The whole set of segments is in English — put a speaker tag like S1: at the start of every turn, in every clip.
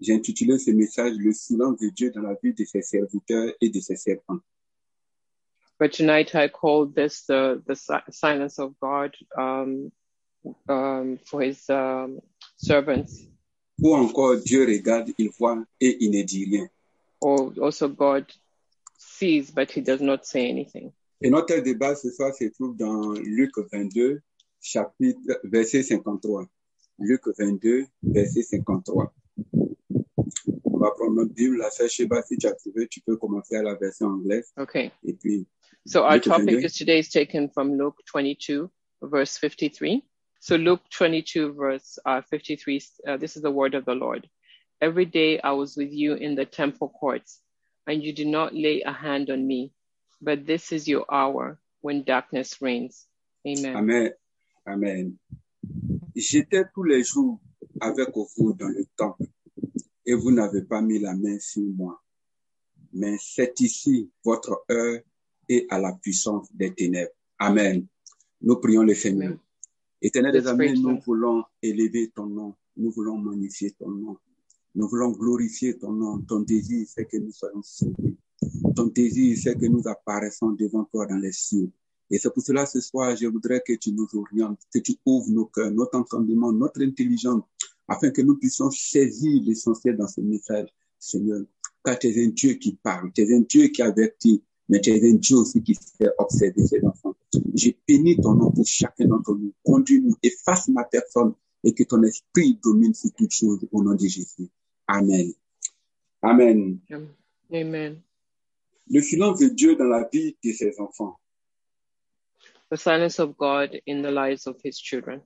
S1: J'ai intitulé ce message Le silence de Dieu dans la vie de ses serviteurs et de ses servants.
S2: But tonight I called this the, the si- silence of God um, um, for his um, servants,
S1: Ou encore Dieu regarde, il voit et il ne dit rien.
S2: or also God sees, but he does not say anything.
S1: Et notre débat ce soir se trouve dans Luc 22, chapitre, verset 53. Luc 22, verset 53. On va prendre notre Bible, la sœur Sheba, si tu as trouvé, tu peux commencer à la version anglaise.
S2: Okay.
S1: Et puis,
S2: So our
S1: Luke 22.
S2: topic is today is taken from Luke 22, verse 53. So Luke 22, verse uh, 53, uh, this is the word of the Lord. Every day I was with you in the temple courts, and you did not lay a hand on me. But this is your hour when darkness reigns. Amen.
S1: Amen. Amen. J'étais tous les jours avec vous dans le temple et vous n'avez pas mis la main sur moi. Mais c'est ici votre heure et à la puissance des ténèbres. Amen. Nous prions le Seigneur.
S2: Amen.
S1: Éternel des
S2: Let's
S1: amis,
S2: pray to
S1: nous
S2: him.
S1: voulons élever ton nom. Nous voulons magnifier ton nom. Nous voulons glorifier ton nom. Ton désir, c'est que nous soyons sauvés. Ton désir, c'est que nous apparaissons devant toi dans les cieux. Et c'est pour cela, ce soir, je voudrais que tu nous orientes, que tu ouvres nos cœurs, notre entendement, notre intelligence, afin que nous puissions saisir l'essentiel dans ce message, Seigneur. Car tu es un Dieu qui parle, tu es un Dieu qui avertit, mais tu es un Dieu aussi qui fait observer ses enfants. J'ai béni ton nom pour chacun d'entre nous. Conduis-nous, efface ma personne et que ton esprit domine sur toutes choses au nom de Jésus. Amen. Amen.
S2: Um, Amen.
S1: Le silence de Dieu dans la vie de ses enfants.
S2: The silence of God in the lives of his children.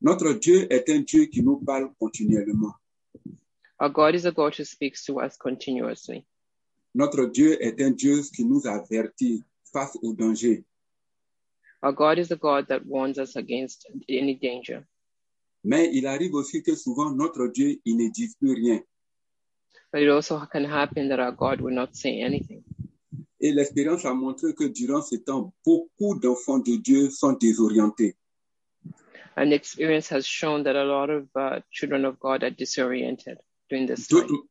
S1: Notre Dieu est un Dieu qui nous parle continuellement.
S2: Our God is a God who speaks to us continuously.
S1: Notre Dieu est un Dieu qui nous avertit face au danger.
S2: Our God is a God that warns us against any danger.
S1: Mais il arrive aussi que souvent notre Dieu, il ne dit plus rien.
S2: But it also can happen that our God will not say anything.
S1: Et l'expérience a montré que durant ce temps, beaucoup d'enfants de Dieu sont désorientés.
S2: And experience has shown that a lot of uh, children of God are disoriented during this time.
S1: D'autres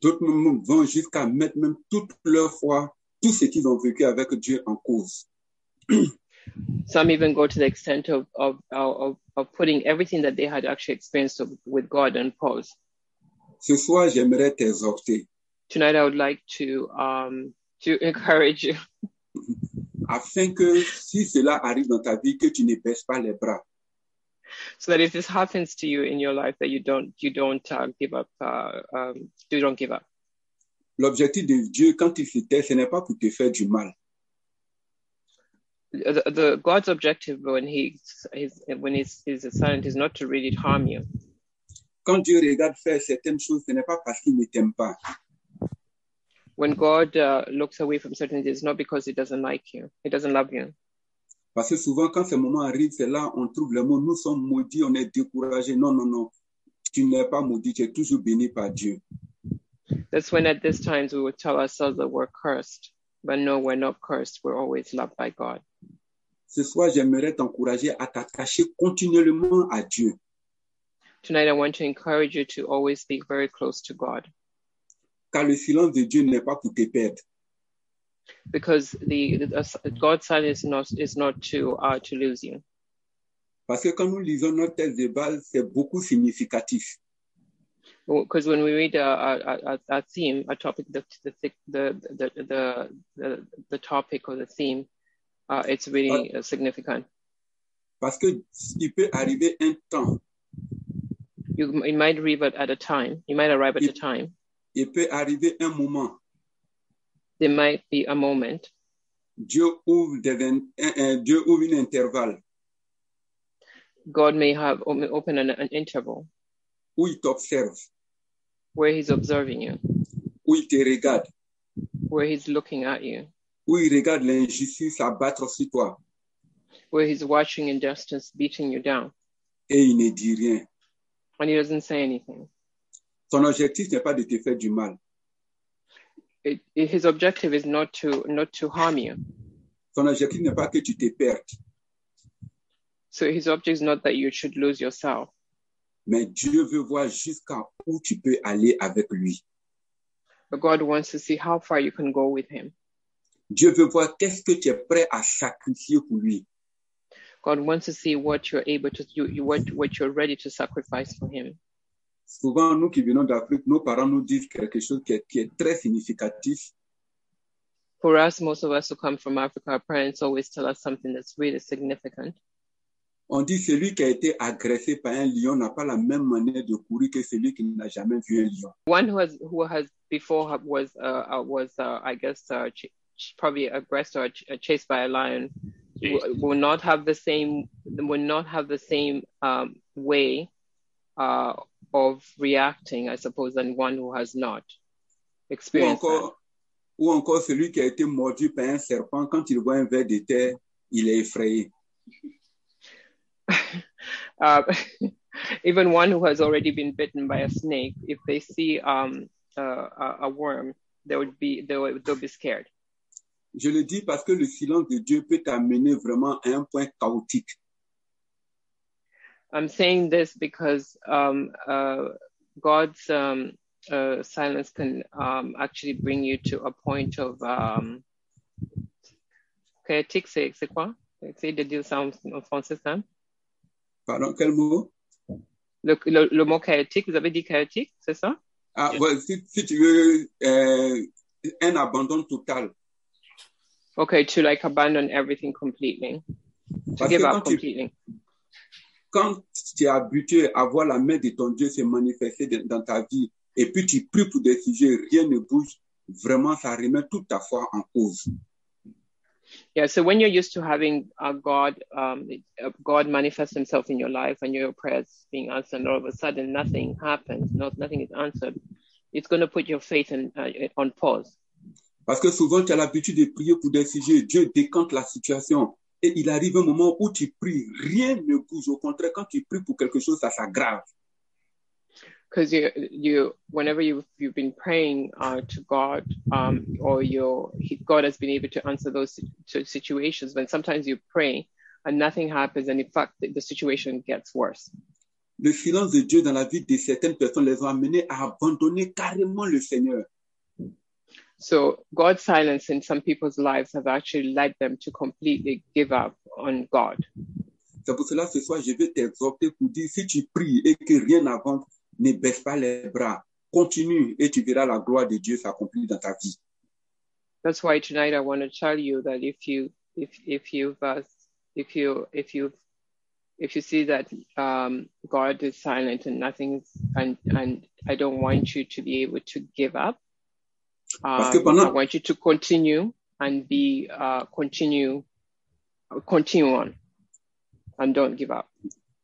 S1: d'autres même vont jusqu'à mettre même toute leur foi, tout ce qu'ils ont vécu avec Dieu en cause.
S2: Some even go to the extent of, of, of, of putting everything that they had actually experienced of- with God on pause.
S1: Ce soir, j'aimerais t'exhorter
S2: Tonight, I would like to, um, to encourage you
S1: afin que si cela arrive dans ta vie, que tu ne baisses pas les bras.
S2: so that if this happens to you in your life, that you don't, you don't uh, give up, uh, um, you don't give up.
S1: L'objectif de Dieu, quand il se tait, ce n'est pas pour te faire du mal.
S2: the, the God's objective when he is when he's, he's silent is not to really harm you.
S1: Quand Dieu regarde faire certaines choses, ce n'est pas parce qu'il ne t'aime pas.
S2: When God uh, looks away from certain things, it's not because he doesn't like you, he doesn't love you.
S1: Parce que souvent, quand ce moment arrive, c'est là, on trouve le mot, nous sommes maudits, on est découragés. Non, non, non. Tu n'es pas maudit, tu es toujours béni par Dieu.
S2: That's when at this times we would tell ourselves that we're cursed, but no, we're not cursed. We're always loved by God.
S1: Ce soir, j'aimerais t'encourager à t'attacher continuellement à Dieu.
S2: Tonight, I want to encourage you to always be very close to God,
S1: Car le silence de Dieu n'est pas pour te perdre.
S2: because the, the God's silence is not is not to uh, to lose you.
S1: Parce que quand nous lisons notre texte de base, c'est beaucoup significatif.
S2: because when we read uh, a, a, a, a theme, a topic, the the the the the, the, the topic or the theme, uh, it's really uh, significant.
S1: Parce que il peut arriver un temps,
S2: You it might arrive at, at a time. You might arrive at a time.
S1: il peut arriver un moment.
S2: There might be a moment.
S1: Dieu ouvre, des, un, un- Dieu ouvre une intervalle
S2: God may have o- may open an, an interval
S1: où il t'observe,
S2: where He's observing you,
S1: où il te regarde,
S2: where He's looking at you,
S1: où il regarde l'injustice abattre sur toi
S2: where He's watching injustice beating you down,
S1: et il ne dit rien.
S2: and He doesn't say anything.
S1: Son objectif n'est pas de te faire du mal.
S2: It, it, his objective is not to not to harm you.
S1: Son objectif n'est pas que tu te perdes.
S2: So His object is not that you should lose yourself.
S1: mais Dieu veut voir jusqu'à où tu peux aller avec lui.
S2: But God wants to see how far you can go with Him.
S1: Dieu veut voir qu'est-ce que tu es prêt à sacrifier pour lui.
S2: God wants to see what you're able to do, you- what, what you're ready to sacrifice for Him.
S1: Souvent, nous qui venons d'Afrique, nos parents nous disent quelque chose qui est, qui est très significatif.
S2: For us, most of us who come from Africa, our parents always tell us something that's really significant.
S1: On dit celui qui a été agressé par un lion n'a pas la même manière de courir que celui qui n'a jamais vu un lion.
S2: One who has who has before ha- was uh, uh, was uh, I guess uh, ch- ch- probably aggressed or ch- uh, chased by a lion w- will not have the same will not have the same um, way uh, of reacting, I suppose, than one who has not
S1: Ou
S2: experienced that.
S1: encore, ou encore celui qui a été mordu par un serpent, quand il voit un ver de terre, il est effrayé.
S2: uh, even one who has already been bitten by a snake, if they see um, uh, a, a worm, they would be they would, they'll be scared.
S1: Je le dis parce que le silence de Dieu peut t'amener vraiment à un point chaotique.
S2: I'm saying this because um, uh, God's um, uh, silence can um, actually bring you to a point of um, chaotique, c'est c'est quoi? Essayez de dire ça en, en français, ça.
S1: Pardon, quel mot
S2: Le, le, le mot chaotique, vous avez dit chaotique, c'est ça?
S1: Ah, ouais, si, si tu veux euh, un abandon total.
S2: Okay, to like abandon everything completely, to
S1: Parce
S2: give
S1: que
S2: up
S1: quand tu,
S2: completely.
S1: quand tu es habitué à voir la main de ton Dieu se manifester de- dans ta vie, et puis tu pries pour des sujets, rien ne bouge, vraiment, ça remet toute ta foi en cause.
S2: Yeah, so when you're used to having uh, God, um, uh, God manifest Himself in your life and your prayers being answered, and all of a sudden nothing happens, not nothing is answered, it's going to put your faith in, uh, on pause.
S1: Parce que souvent, tu as l'habitude de prier pour des sujets, Dieu décante la situation. Et il arrive un moment où tu pries, rien ne bouge. Au contraire, quand tu pries pour quelque chose, ça s'aggrave.
S2: Because you, you, whenever you you've been praying uh, to God, um, or your he, God has been able to answer those si- to situations, when sometimes you pray and nothing happens, and in fact the, the situation gets worse.
S1: Le silence de Dieu dans la vie de certaines personnes les a amenés à abandonner carrément le Seigneur.
S2: So God's silence in some people's lives have actually led them to completely give up on God.
S1: C'est pour cela, ce soir, je vais t'exhorter pour dire, si tu pries et que rien n'avance, ne baisse pas les bras. Continue et tu verras la gloire de Dieu s'accomplir dans ta vie.
S2: that's why tonight I want to tell you that if you if if you've uh, if you if you if you see that um, God is silent and nothing's and and I don't want you to be able to give up.
S1: Parce que
S2: Um, I
S1: pendant,
S2: want you to continue and be uh, continue continue on and don't give up.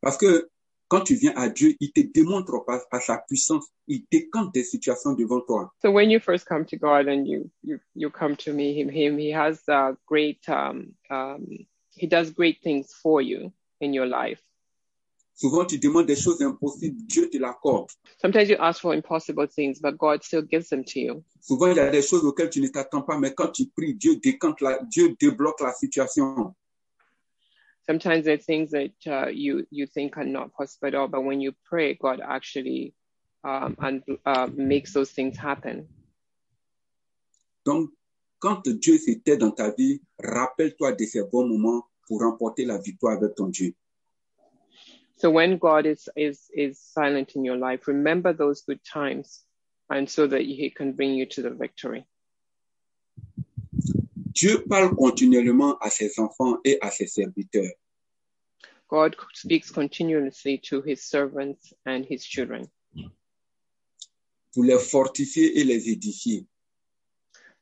S1: parce que quand tu viens à Dieu, il te démontre par, par sa puissance, il décante des situations devant toi.
S2: So when you first come to God and you you you come to me him him he has uh, great um, um, he does great things for you in your life.
S1: Souvent, tu demandes des choses impossibles, Dieu te l'accorde.
S2: Sometimes you ask for impossible things, but God still gives them to you.
S1: Souvent, il y a des choses auxquelles tu ne t'attends pas, mais quand tu pries, Dieu décante la, Dieu débloque la situation.
S2: Sometimes there are things that uh, you you think are not possible at all, but when you pray, God actually um, and uh, makes those things happen.
S1: Donc, quand Dieu s'était dans ta vie, rappelle-toi de ces bons moments pour remporter la victoire avec ton Dieu.
S2: So when God is is is silent in your life, remember those good times, and so that He can bring you to the victory.
S1: Dieu parle continuellement à ses enfants et à ses serviteurs.
S2: God speaks continuously to His servants and His children
S1: pour les fortifier et les édifier.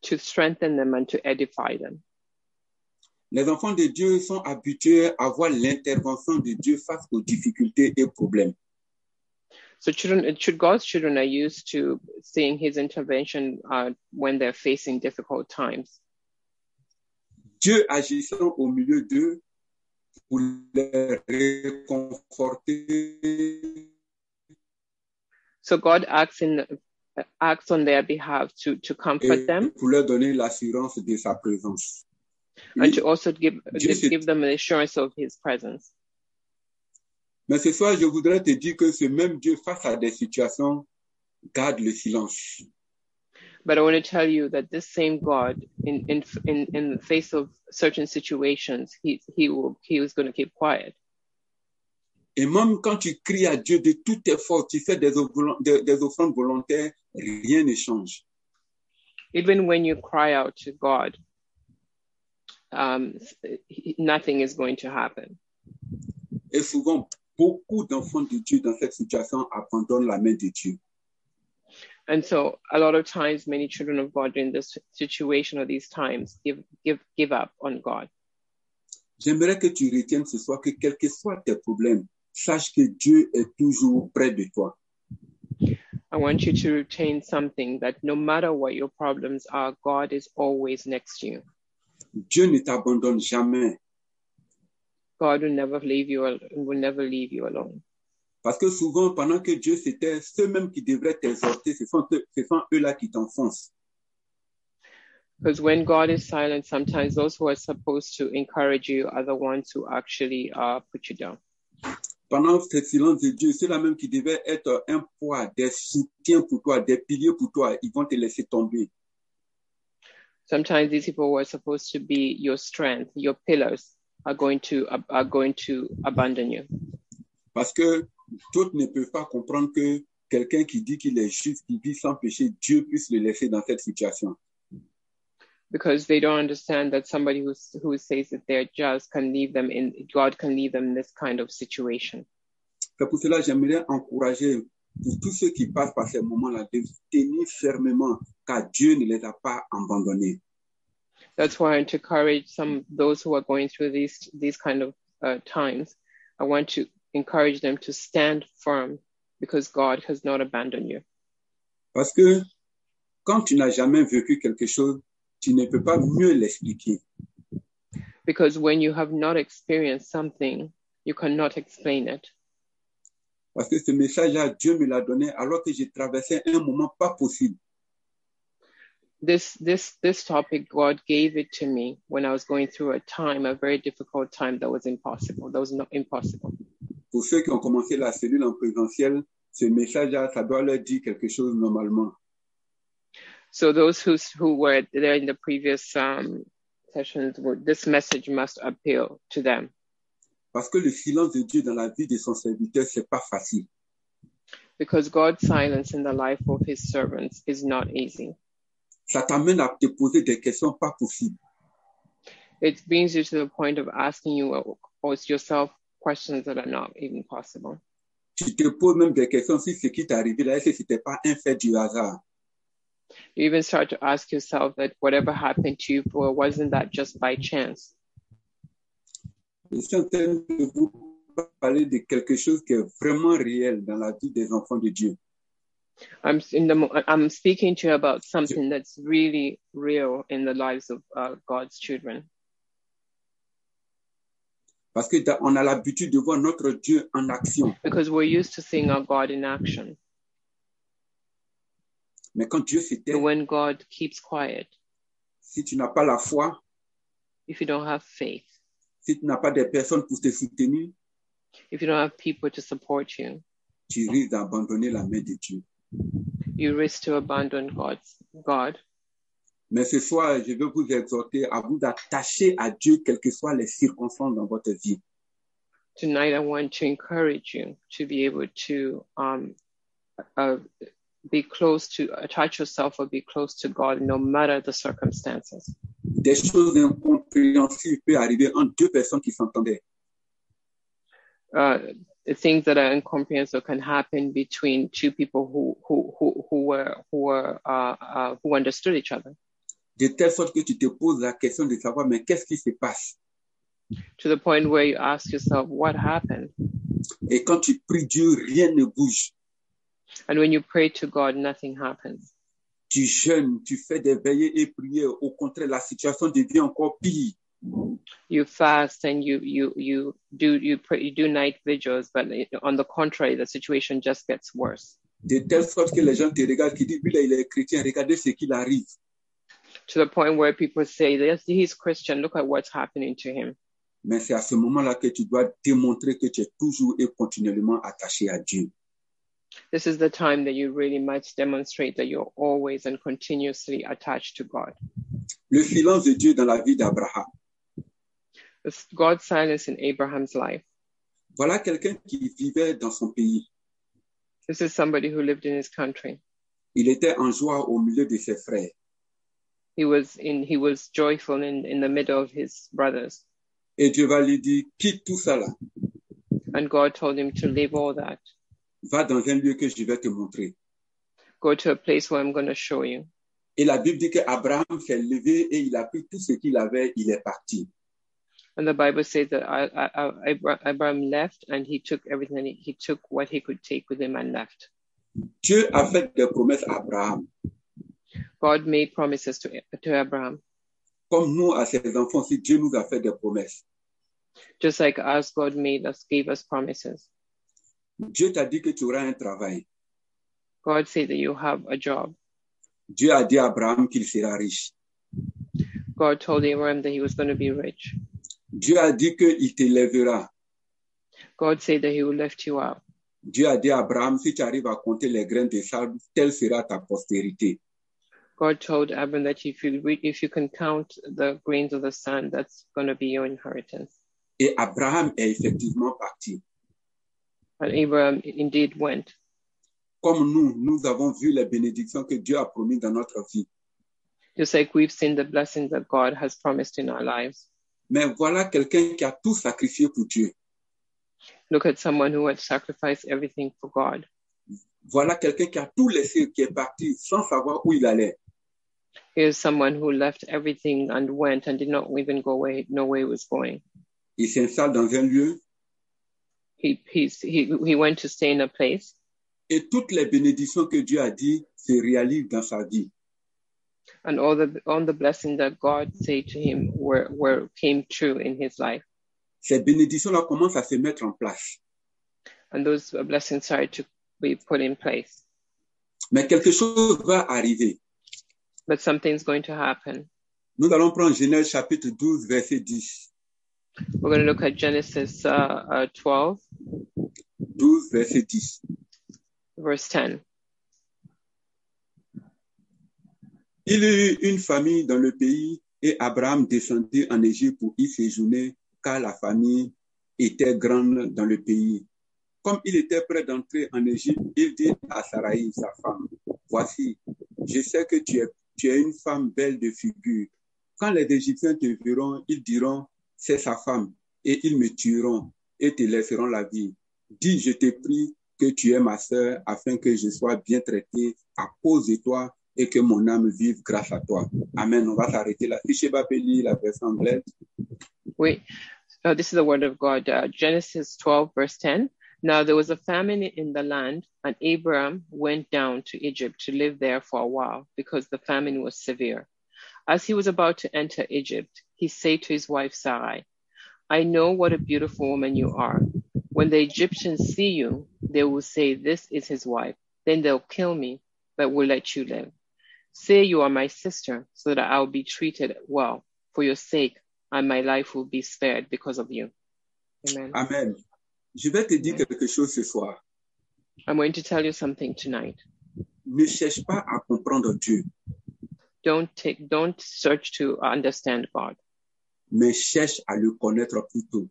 S2: to strengthen them and to edify them.
S1: Les enfants de Dieu sont habitués à voir l'intervention de Dieu face aux difficultés et problèmes.
S2: So children, uh, chil- God's children are used to seeing His intervention uh, when they're facing difficult times.
S1: Dieu agissant au milieu d'eux pour les réconforter,
S2: So God acts in acts on their behalf to to
S1: et
S2: comfort them
S1: pour leur donner l'assurance de sa présence.
S2: and to
S1: Oui,
S2: also give
S1: Dieu se
S2: give them an assurance of His presence.
S1: Mais ce soir, je voudrais te dire que ce même Dieu, face à des situations, garde le silence.
S2: But I want to tell you that this same God, in in in, in the face of certain situations, he he will he was going to keep quiet.
S1: Et même quand tu cries à Dieu de toutes tes forces, tu fais des, ovol- des- des offrandes volontaires, rien ne change.
S2: Even when you cry out to God, um, he- nothing is going to happen.
S1: Et souvent, beaucoup d'enfants de Dieu dans cette situation abandonnent la main de Dieu.
S2: And so, a lot of times, many children of God in this situation or these times give give give up on God.
S1: J'aimerais que tu retiennes ce soir que quels que soient tes problèmes, sache que Dieu est toujours près de toi.
S2: I want you to retain something that no matter what your problems are, God is always next to you.
S1: Dieu ne t'abandonne jamais.
S2: God will never leave you al- will never leave you alone.
S1: Parce que souvent, pendant que Dieu s'était, ceux-mêmes qui devraient t'exhorter, ce sont, eux- ce sont eux-là qui t'enfoncent.
S2: Because when God is silent, sometimes those who are supposed to encourage you are the ones who actually uh, put you down.
S1: Pendant ce silence de Dieu, ceux-là même qui devaient être un poids, des soutiens pour toi, des piliers pour toi, ils vont te laisser tomber.
S2: Sometimes these people who are supposed to be your strength, your pillars, are going to are going to abandon you.
S1: Parce que d'autres ne peuvent pas comprendre que quelqu'un qui dit qu'il est juste, qui vit sans péché, Dieu puisse le laisser dans cette situation.
S2: because they don't understand that somebody who who says that they're just can leave them in God can leave them in this kind of situation.
S1: C'est pour cela que j'aimerais encourager pour tous ceux qui passent par ces moments-là de tenir fermement car Dieu ne les a pas abandonnés.
S2: That's why I want to encourage some those who are going through these these kind of uh, times. I want to encourage them to stand firm because God has not abandoned you.
S1: Parce que quand tu n'as jamais vécu quelque chose, tu ne peux pas mieux l'expliquer.
S2: Because when you have not experienced something, you cannot explain it.
S1: Parce que ce message-là, Dieu me l'a donné alors que j'ai traversé un moment pas possible.
S2: This this this topic God gave it to me when I was going through a time, a very difficult time that was impossible. That was not impossible.
S1: Pour ceux qui ont commencé la cellule en présentiel, ce message-là, ça doit leur dire quelque chose normalement.
S2: So those who who were there in the previous um, sessions, were, this message must appeal to them
S1: Parce que le silence de Dieu dans la vie de son serviteur, c'est pas facile.
S2: because God's silence in the life of His servants is not easy.
S1: Ça t'amène à te poser des questions pas possibles.
S2: It brings you to the point of asking you or- or yourself questions that are not even possible.
S1: tu te poses même des questions sur ce qui t'est arrivé là, est-ce que c'était pas un fait du hasard?
S2: You even start to ask yourself that whatever happened to you, boy, wasn't that just by chance?
S1: Je suis en train de vous parler de quelque chose qui est vraiment réel dans la vie des enfants de Dieu.
S2: I'm in the mo- I'm speaking to you about something that's really real in the lives of uh, God's children.
S1: Parce que dans- on a l'habitude de voir notre Dieu en action.
S2: because we're used to seeing our God in action.
S1: Mais quand Dieu se
S2: But
S1: tait,
S2: when God keeps quiet,
S1: si tu n'as pas la foi,
S2: if you don't have faith,
S1: si tu n'as pas des personnes pour te soutenir,
S2: if you don't have people to support you,
S1: tu risques d'abandonner la main de Dieu.
S2: you risk to abandon God's God.
S1: Mais ce soir, je veux vous exhorter à vous attacher à Dieu, quelles que soient les circonstances dans votre vie.
S2: Tonight, I want to encourage you to be able to um, uh, be close to attach yourself or be close to God, no matter the circumstances.
S1: Des choses incompréhensibles peuvent arriver entre deux personnes qui s'entendaient.
S2: Uh, the things that are incomprehensible can happen between two people who who who, who were who were uh, uh, who understood each other.
S1: de telle sorte que tu te poses la question de savoir, mais qu'est-ce qui se passe
S2: to the point where you ask yourself, what happened?
S1: Et quand tu pries Dieu, rien ne bouge.
S2: And when you pray to God, nothing happens.
S1: Tu jeûnes, tu fais des veillées et prières. Au contraire, la situation devient encore pire.
S2: You fast and you you you do you pray you do night vigils, but on the contrary, the situation just gets worse.
S1: De telle sorte que les gens te regardent, qui disent, lui là, il est chrétien, regardez ce qu'il arrive.
S2: To the point where people say, yes, he's Christian. Look at what's happening to him.
S1: Mais c'est à ce moment-là que tu dois démontrer que tu es toujours et continuellement attaché à Dieu.
S2: This is the time that you really must demonstrate that you're always and continuously attached to God.
S1: Le silence de Dieu dans la vie d'Abraham.
S2: It's God's silence in Abraham's life.
S1: Voilà quelqu'un qui vivait dans son pays.
S2: This is somebody who lived in his country.
S1: Il était en joie au milieu de ses frères.
S2: He was in he was joyful in, in the middle of his brothers.
S1: Et Dieu va lui dire, quitte tout ça là,
S2: And God told him to leave all that.
S1: va dans un lieu que je vais te montrer.
S2: Go to a place where I'm gonna show you.
S1: Et la Bible dit qu'Abraham s'est levé et il a pris tout ce qu'il avait, il est parti.
S2: And the Bible says that I, I, I, Abra- Abraham left and he took everything. He, he took what he could take with him and left.
S1: Dieu a fait des promesses à Abraham,
S2: God made promises to, to Abraham,
S1: comme nous à ses enfants, si Dieu nous a fait des promesses.
S2: just like us, God made us, gave us promises.
S1: Dieu t'a dit que tu auras un travail.
S2: God said that you have a job.
S1: Dieu a dit à Abraham qu'il sera riche.
S2: God told Abraham that he was going to be rich.
S1: Dieu a dit qu'il t'élèvera.
S2: God said that he will lift you up.
S1: Dieu a dit à Abraham, si tu arrives à compter les graines de sable, telle sera ta postérité.
S2: God told Abraham that if you re- if you can count the grains of the sand, that's going to be your inheritance.
S1: Et Abraham est effectivement parti.
S2: And Abraham indeed went.
S1: Comme nous, nous avons vu les bénédictions que Dieu a promises dans notre vie.
S2: Just like we've seen the blessings that God has promised in our lives.
S1: Mais voilà quelqu'un qui a tout sacrifié pour Dieu.
S2: Look at someone who had sacrificed everything for God.
S1: Voilà quelqu'un qui a tout laissé, qui est parti sans savoir où il allait.
S2: Here's someone who left everything and went and did not even go away, know where he was going.
S1: Il s'installe dans un lieu
S2: He, he's, he, he went to stay in a place
S1: et toutes les bénédictions que Dieu a dit se réalisent dans sa vie.
S2: and all the, all the blessings that God said to him were, were, came true in his life.
S1: Ces bénédictions-là commencent à se mettre en place.
S2: And those blessings started to be put in place.
S1: Mais quelque chose va arriver.
S2: But something's going to happen.
S1: Nous allons prendre Genèse chapitre 12, verset 10.
S2: We're going to look at Genesis uh, uh, 12,
S1: 12, verset 10.
S2: verse 10.
S1: Il y eut une famille dans le pays et Abraham descendit en Égypte pour y séjourner car la famille était grande dans le pays. Comme il était prêt d'entrer en Égypte, il dit à Sarai, sa femme, Voici, je sais que tu es, tu es une femme belle de figure. Quand les Égyptiens te verront, ils diront, C'est sa femme, et ils me tueront et te laisseront la vie. Dis, je te prie que tu es ma sœur afin que je sois bien traité à cause de toi et que mon âme vive grâce à toi. Amen. On va s'arrêter là. Si je sais pas lire la version anglaise.
S2: Wait, uh, this is the word of God. Uh, Genesis 12, verse 10. Now there was a famine in the land, and Abram went down to Egypt to live there for a while because the famine was severe. As he was about to enter Egypt, he said to his wife Sarai, I know what a beautiful woman you are. When the Egyptians see you, they will say, This is his wife. Then they'll kill me, but will let you live. Say you are my sister, so that I'll be treated well. For your sake, and my life will be spared because of you. Amen.
S1: Amen. Je vais te dire quelque chose ce soir.
S2: I'm going to tell you something tonight.
S1: Ne cherche pas à comprendre Dieu,
S2: Don't take, don't search to understand God,
S1: mais cherche à le connaître plutôt.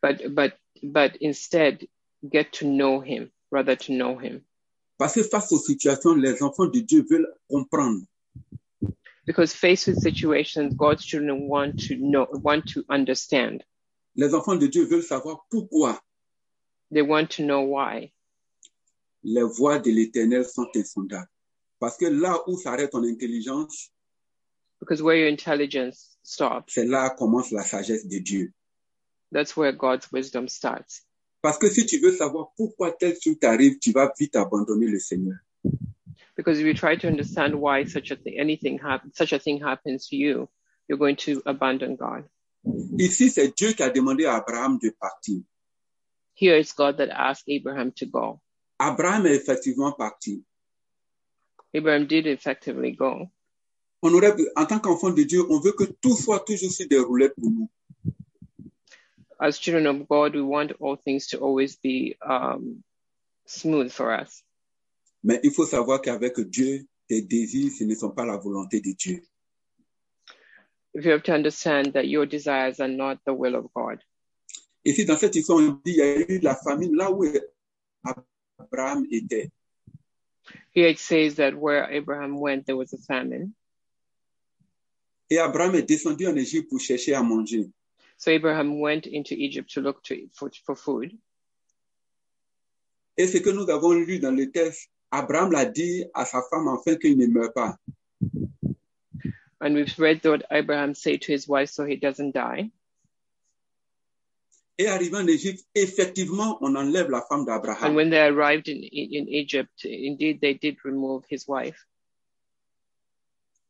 S2: but but but instead get to know Him rather to know Him,
S1: Parce que face aux situations, les enfants de Dieu veulent comprendre.
S2: because faced with situations, God's children want to know, want to understand.
S1: Les enfants de Dieu veulent savoir pourquoi
S2: They want to know why,
S1: les voies de l'éternel sont insondables. Parce que là où s'arrête ton intelligence,
S2: because where your intelligence stops,
S1: c'est là commence la sagesse de Dieu.
S2: that's where God's wisdom starts.
S1: Parce que si tu veux savoir pourquoi tel truc t'arrive, tu vas vite abandonner le Seigneur.
S2: Because if you try to understand why such a thing, anything hap- such a thing happens to you, you're going to abandon God.
S1: Ici, c'est Dieu qui a demandé à Abraham de partir.
S2: Here it's God that asked Abraham to go.
S1: Abraham est effectivement parti.
S2: Abraham did effectively go.
S1: On aurait, pu- en tant qu'enfant de Dieu, on veut que tout soit toujours sur des roulettes pour nous.
S2: as children of God, we want all things to always be um, smooth for us.
S1: Mais il faut savoir qu'avec Dieu, tes désirs, ce ne sont pas la volonté de Dieu.
S2: If you have to understand that your desires are not the will of God.
S1: Ici, dans cette histoire, on dit il y a eu la famine là où Abraham était.
S2: Here it says that where Abraham went, there was a famine.
S1: Et Abraham est descendu en Égypte pour chercher à manger.
S2: So Abraham went into Egypt to look to, for, for food.
S1: Et ce que nous avons lu dans le texte, Abraham l'a dit à sa femme afin qu'il ne meure pas.
S2: And we've read what Abraham said to his wife so he doesn't die.
S1: Et arrivé en Égypte, effectivement, on enlève la femme
S2: And
S1: d'Abraham.
S2: when they arrived in, in, in Egypt, indeed they did remove his wife.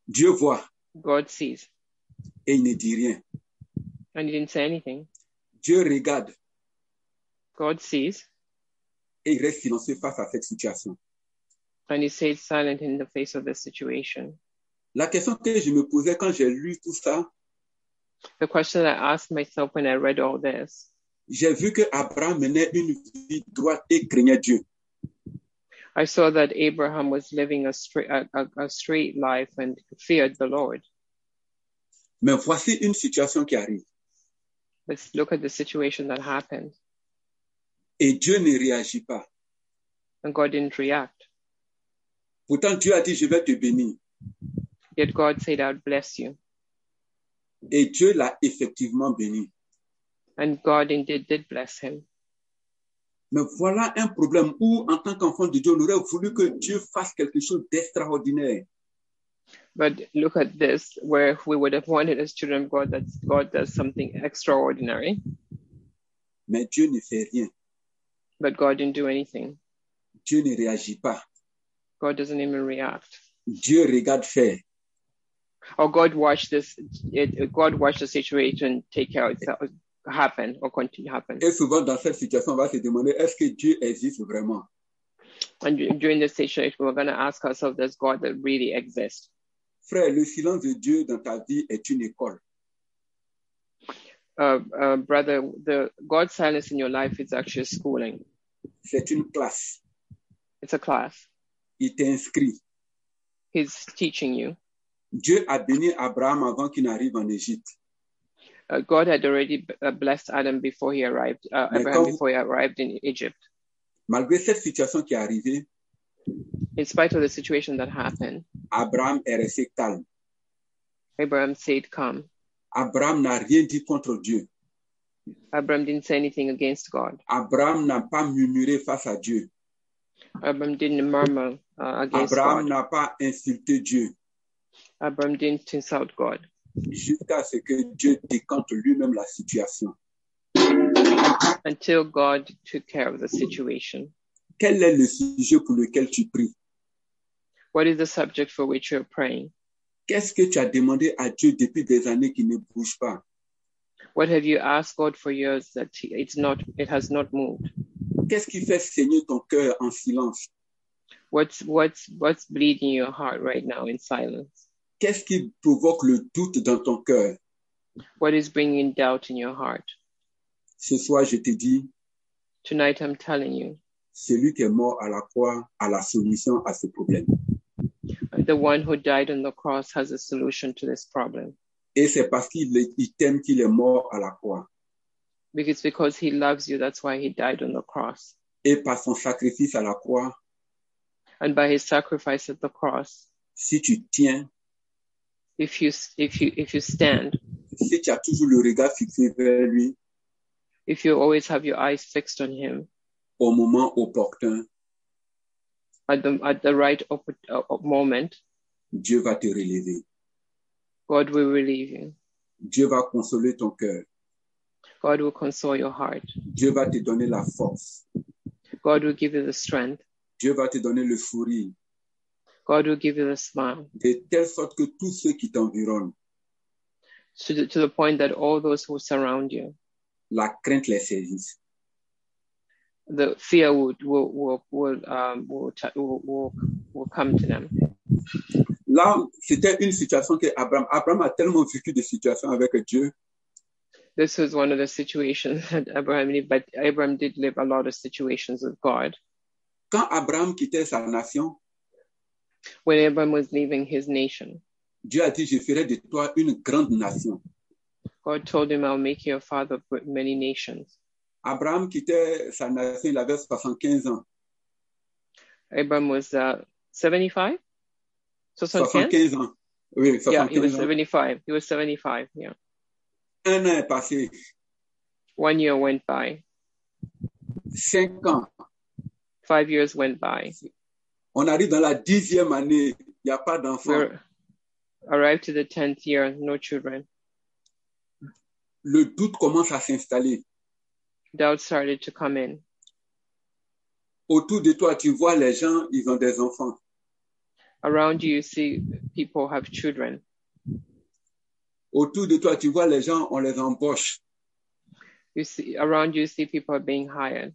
S1: Dieu voit
S2: God sees,
S1: et il ne dit rien.
S2: and he didn't say anything.
S1: Dieu regarde
S2: God sees,
S1: et il reste silencieux face à cette situation.
S2: and he stayed silent in the face of the situation.
S1: La question que je me posais quand j'ai lu tout ça,
S2: The question I asked myself when I read all this,
S1: j'ai vu que Abraham menait une vie droite et craignait Dieu.
S2: I saw that Abraham was living a straight, a, a, a straight life and feared the Lord.
S1: Mais voici une situation qui arrive
S2: Let's look at the situation that happened,
S1: et Dieu ne réagit pas.
S2: and God didn't react.
S1: Pourtant, Dieu a dit, je vais te bénir.
S2: Yet God said, "I'll bless you,"
S1: Et Dieu l'a effectivement béni.
S2: and God indeed did bless him.
S1: Mais voilà un problème où, en tant qu'enfant de Dieu, on aurait voulu que Dieu fasse quelque chose d'extraordinaire.
S2: But look at this, where we would have wanted as children of God that God does something extraordinary,
S1: Mais Dieu ne fait rien.
S2: but God didn't do anything.
S1: Dieu ne réagit pas.
S2: God doesn't even react.
S1: Dieu regarde faire.
S2: Or God watched this. It, God watched the situation take out happen or continue happen.
S1: Et souvent, dans cette situation, on va se demander, est-ce que Dieu existe vraiment?
S2: And du- during this situation, we're going to ask ourselves, does God that really exist?
S1: Frère, le silence de Dieu dans ta vie est une école.
S2: Uh, uh, brother, the God's silence in your life is actually schooling.
S1: C'est une classe.
S2: It's a class.
S1: Il t'a inscrit.
S2: He's teaching you.
S1: Dieu a béni Abraham avant qu'il n'arrive en Égypte.
S2: Uh, God had already b- uh, blessed Adam before he arrived, uh,
S1: Mais
S2: Abraham
S1: quand-
S2: before he arrived in Egypt.
S1: Malgré cette situation qui est arrivée,
S2: In spite of the situation that happened,
S1: Abraham est resté calme.
S2: Abraham said, "Come."
S1: Abraham n'a rien dit contre Dieu.
S2: Abraham didn't say anything against God.
S1: Abraham n'a pas murmuré face à Dieu.
S2: Abraham didn't murmur uh, against
S1: Abraham
S2: God.
S1: n'a pas insulté Dieu
S2: Abram didn't insult God
S1: jusqu'à ce que Dieu décante lui-même la situation.
S2: until God took care of the situation.
S1: Quel est le sujet pour lequel tu pries?
S2: What is the subject for which you're praying?
S1: Qu'est-ce que tu as demandé à Dieu depuis des années qui ne bouge pas?
S2: What have you asked God for years that he- it's not, it has not moved?
S1: Qu'est-ce qui fait saigner ton cœur en silence?
S2: What's, what's, what's bleeding your heart right now in silence?
S1: Qu'est-ce qui provoque le doute dans ton cœur?
S2: What is bringing doubt in your heart?
S1: Ce soir, je te dis,
S2: Tonight, I'm telling you,
S1: celui qui est mort à la croix a la solution à ce problème.
S2: the one who died on the cross has a solution to this problem.
S1: Et c'est parce qu'il est- il t'aime qu'il est mort à la croix.
S2: Because, because he loves you, that's why he died on the cross.
S1: Et par son sacrifice à la croix,
S2: And by his sacrifice at the cross,
S1: si tu tiens,
S2: if you, if you, if you stand,
S1: si tu as toujours le regard fixé vers lui
S2: if you always have your eyes fixed on him
S1: au moment opportun,
S2: at the at the right op- uh, moment
S1: Dieu va te relever.
S2: god will relieve you
S1: Dieu va consoler ton cœur.
S2: god will console your heart
S1: Dieu va te donner la force.
S2: god will give you the strength
S1: Dieu va te donner le sourire
S2: god will give you the smile
S1: de telle sorte que tous ceux qui t'environnent,
S2: to the, to the point that all those who surround you
S1: la crainte les saisisse.
S2: the fear will will will will, um, will, t- will, will, will come to them
S1: Là, c'était une situation que Abraham, Abraham a tellement vécu des situations avec Dieu
S2: This was one of the situations that Abraham lived, but Abraham did live a lot of situations with God.
S1: Quand Abraham quittait sa nation,
S2: When Abraham was leaving his nation,
S1: Dieu a dit, je ferai de toi une grande nation.
S2: God told him, I'll make you a father of many nations.
S1: Abraham quittait sa nation, il avait 75 ans.
S2: Abraham was uh, 75? So, 75?
S1: 75 ans. Oui,
S2: Yeah, he was
S1: 75 ans.
S2: 75. He was 75, yeah.
S1: Un an est passé,
S2: One year went by,
S1: cinq ans.
S2: five years went by.
S1: On arrive dans la dixième année, il n'y a pas
S2: We
S1: d'enfant.
S2: arrived to the 10th year, no children.
S1: Le doute commence à s'installer.
S2: Doubt started to come in.
S1: Autour de toi, tu vois les gens, ils ont des enfants.
S2: Around you, you see people have children.
S1: Autour de toi, tu vois les gens, on les embauche.
S2: You see, around you, you see people are being hired.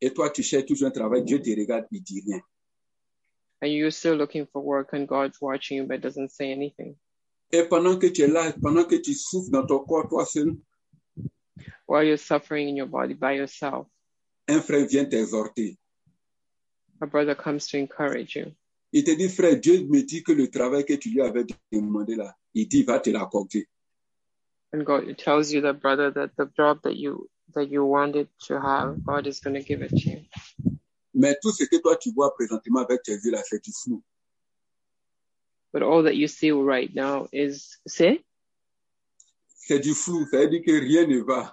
S1: Et toi, tu cherches toujours un travail. Dieu te regarde, il dit rien.
S2: And you're still looking for work, and God's watching you but doesn't say anything.
S1: Et pendant que tu es là, pendant que tu souffres dans ton corps, toi seul,
S2: While you're suffering in your body by yourself,
S1: un frère vient t'exhorter.
S2: a brother comes to encourage you.
S1: Il te dit, frère, Dieu me dit que le travail que tu lui avais demandé là, il dit, va te l'accorder.
S2: And God tells you that, brother, that the job that you that you wanted to have, God is going to give it to you.
S1: Mais tout ce que toi, tu vois présentement avec tes yeux là, c'est du flou.
S2: But all that you see right now is see.
S1: C'est du flou. Ça veut dire que rien ne va.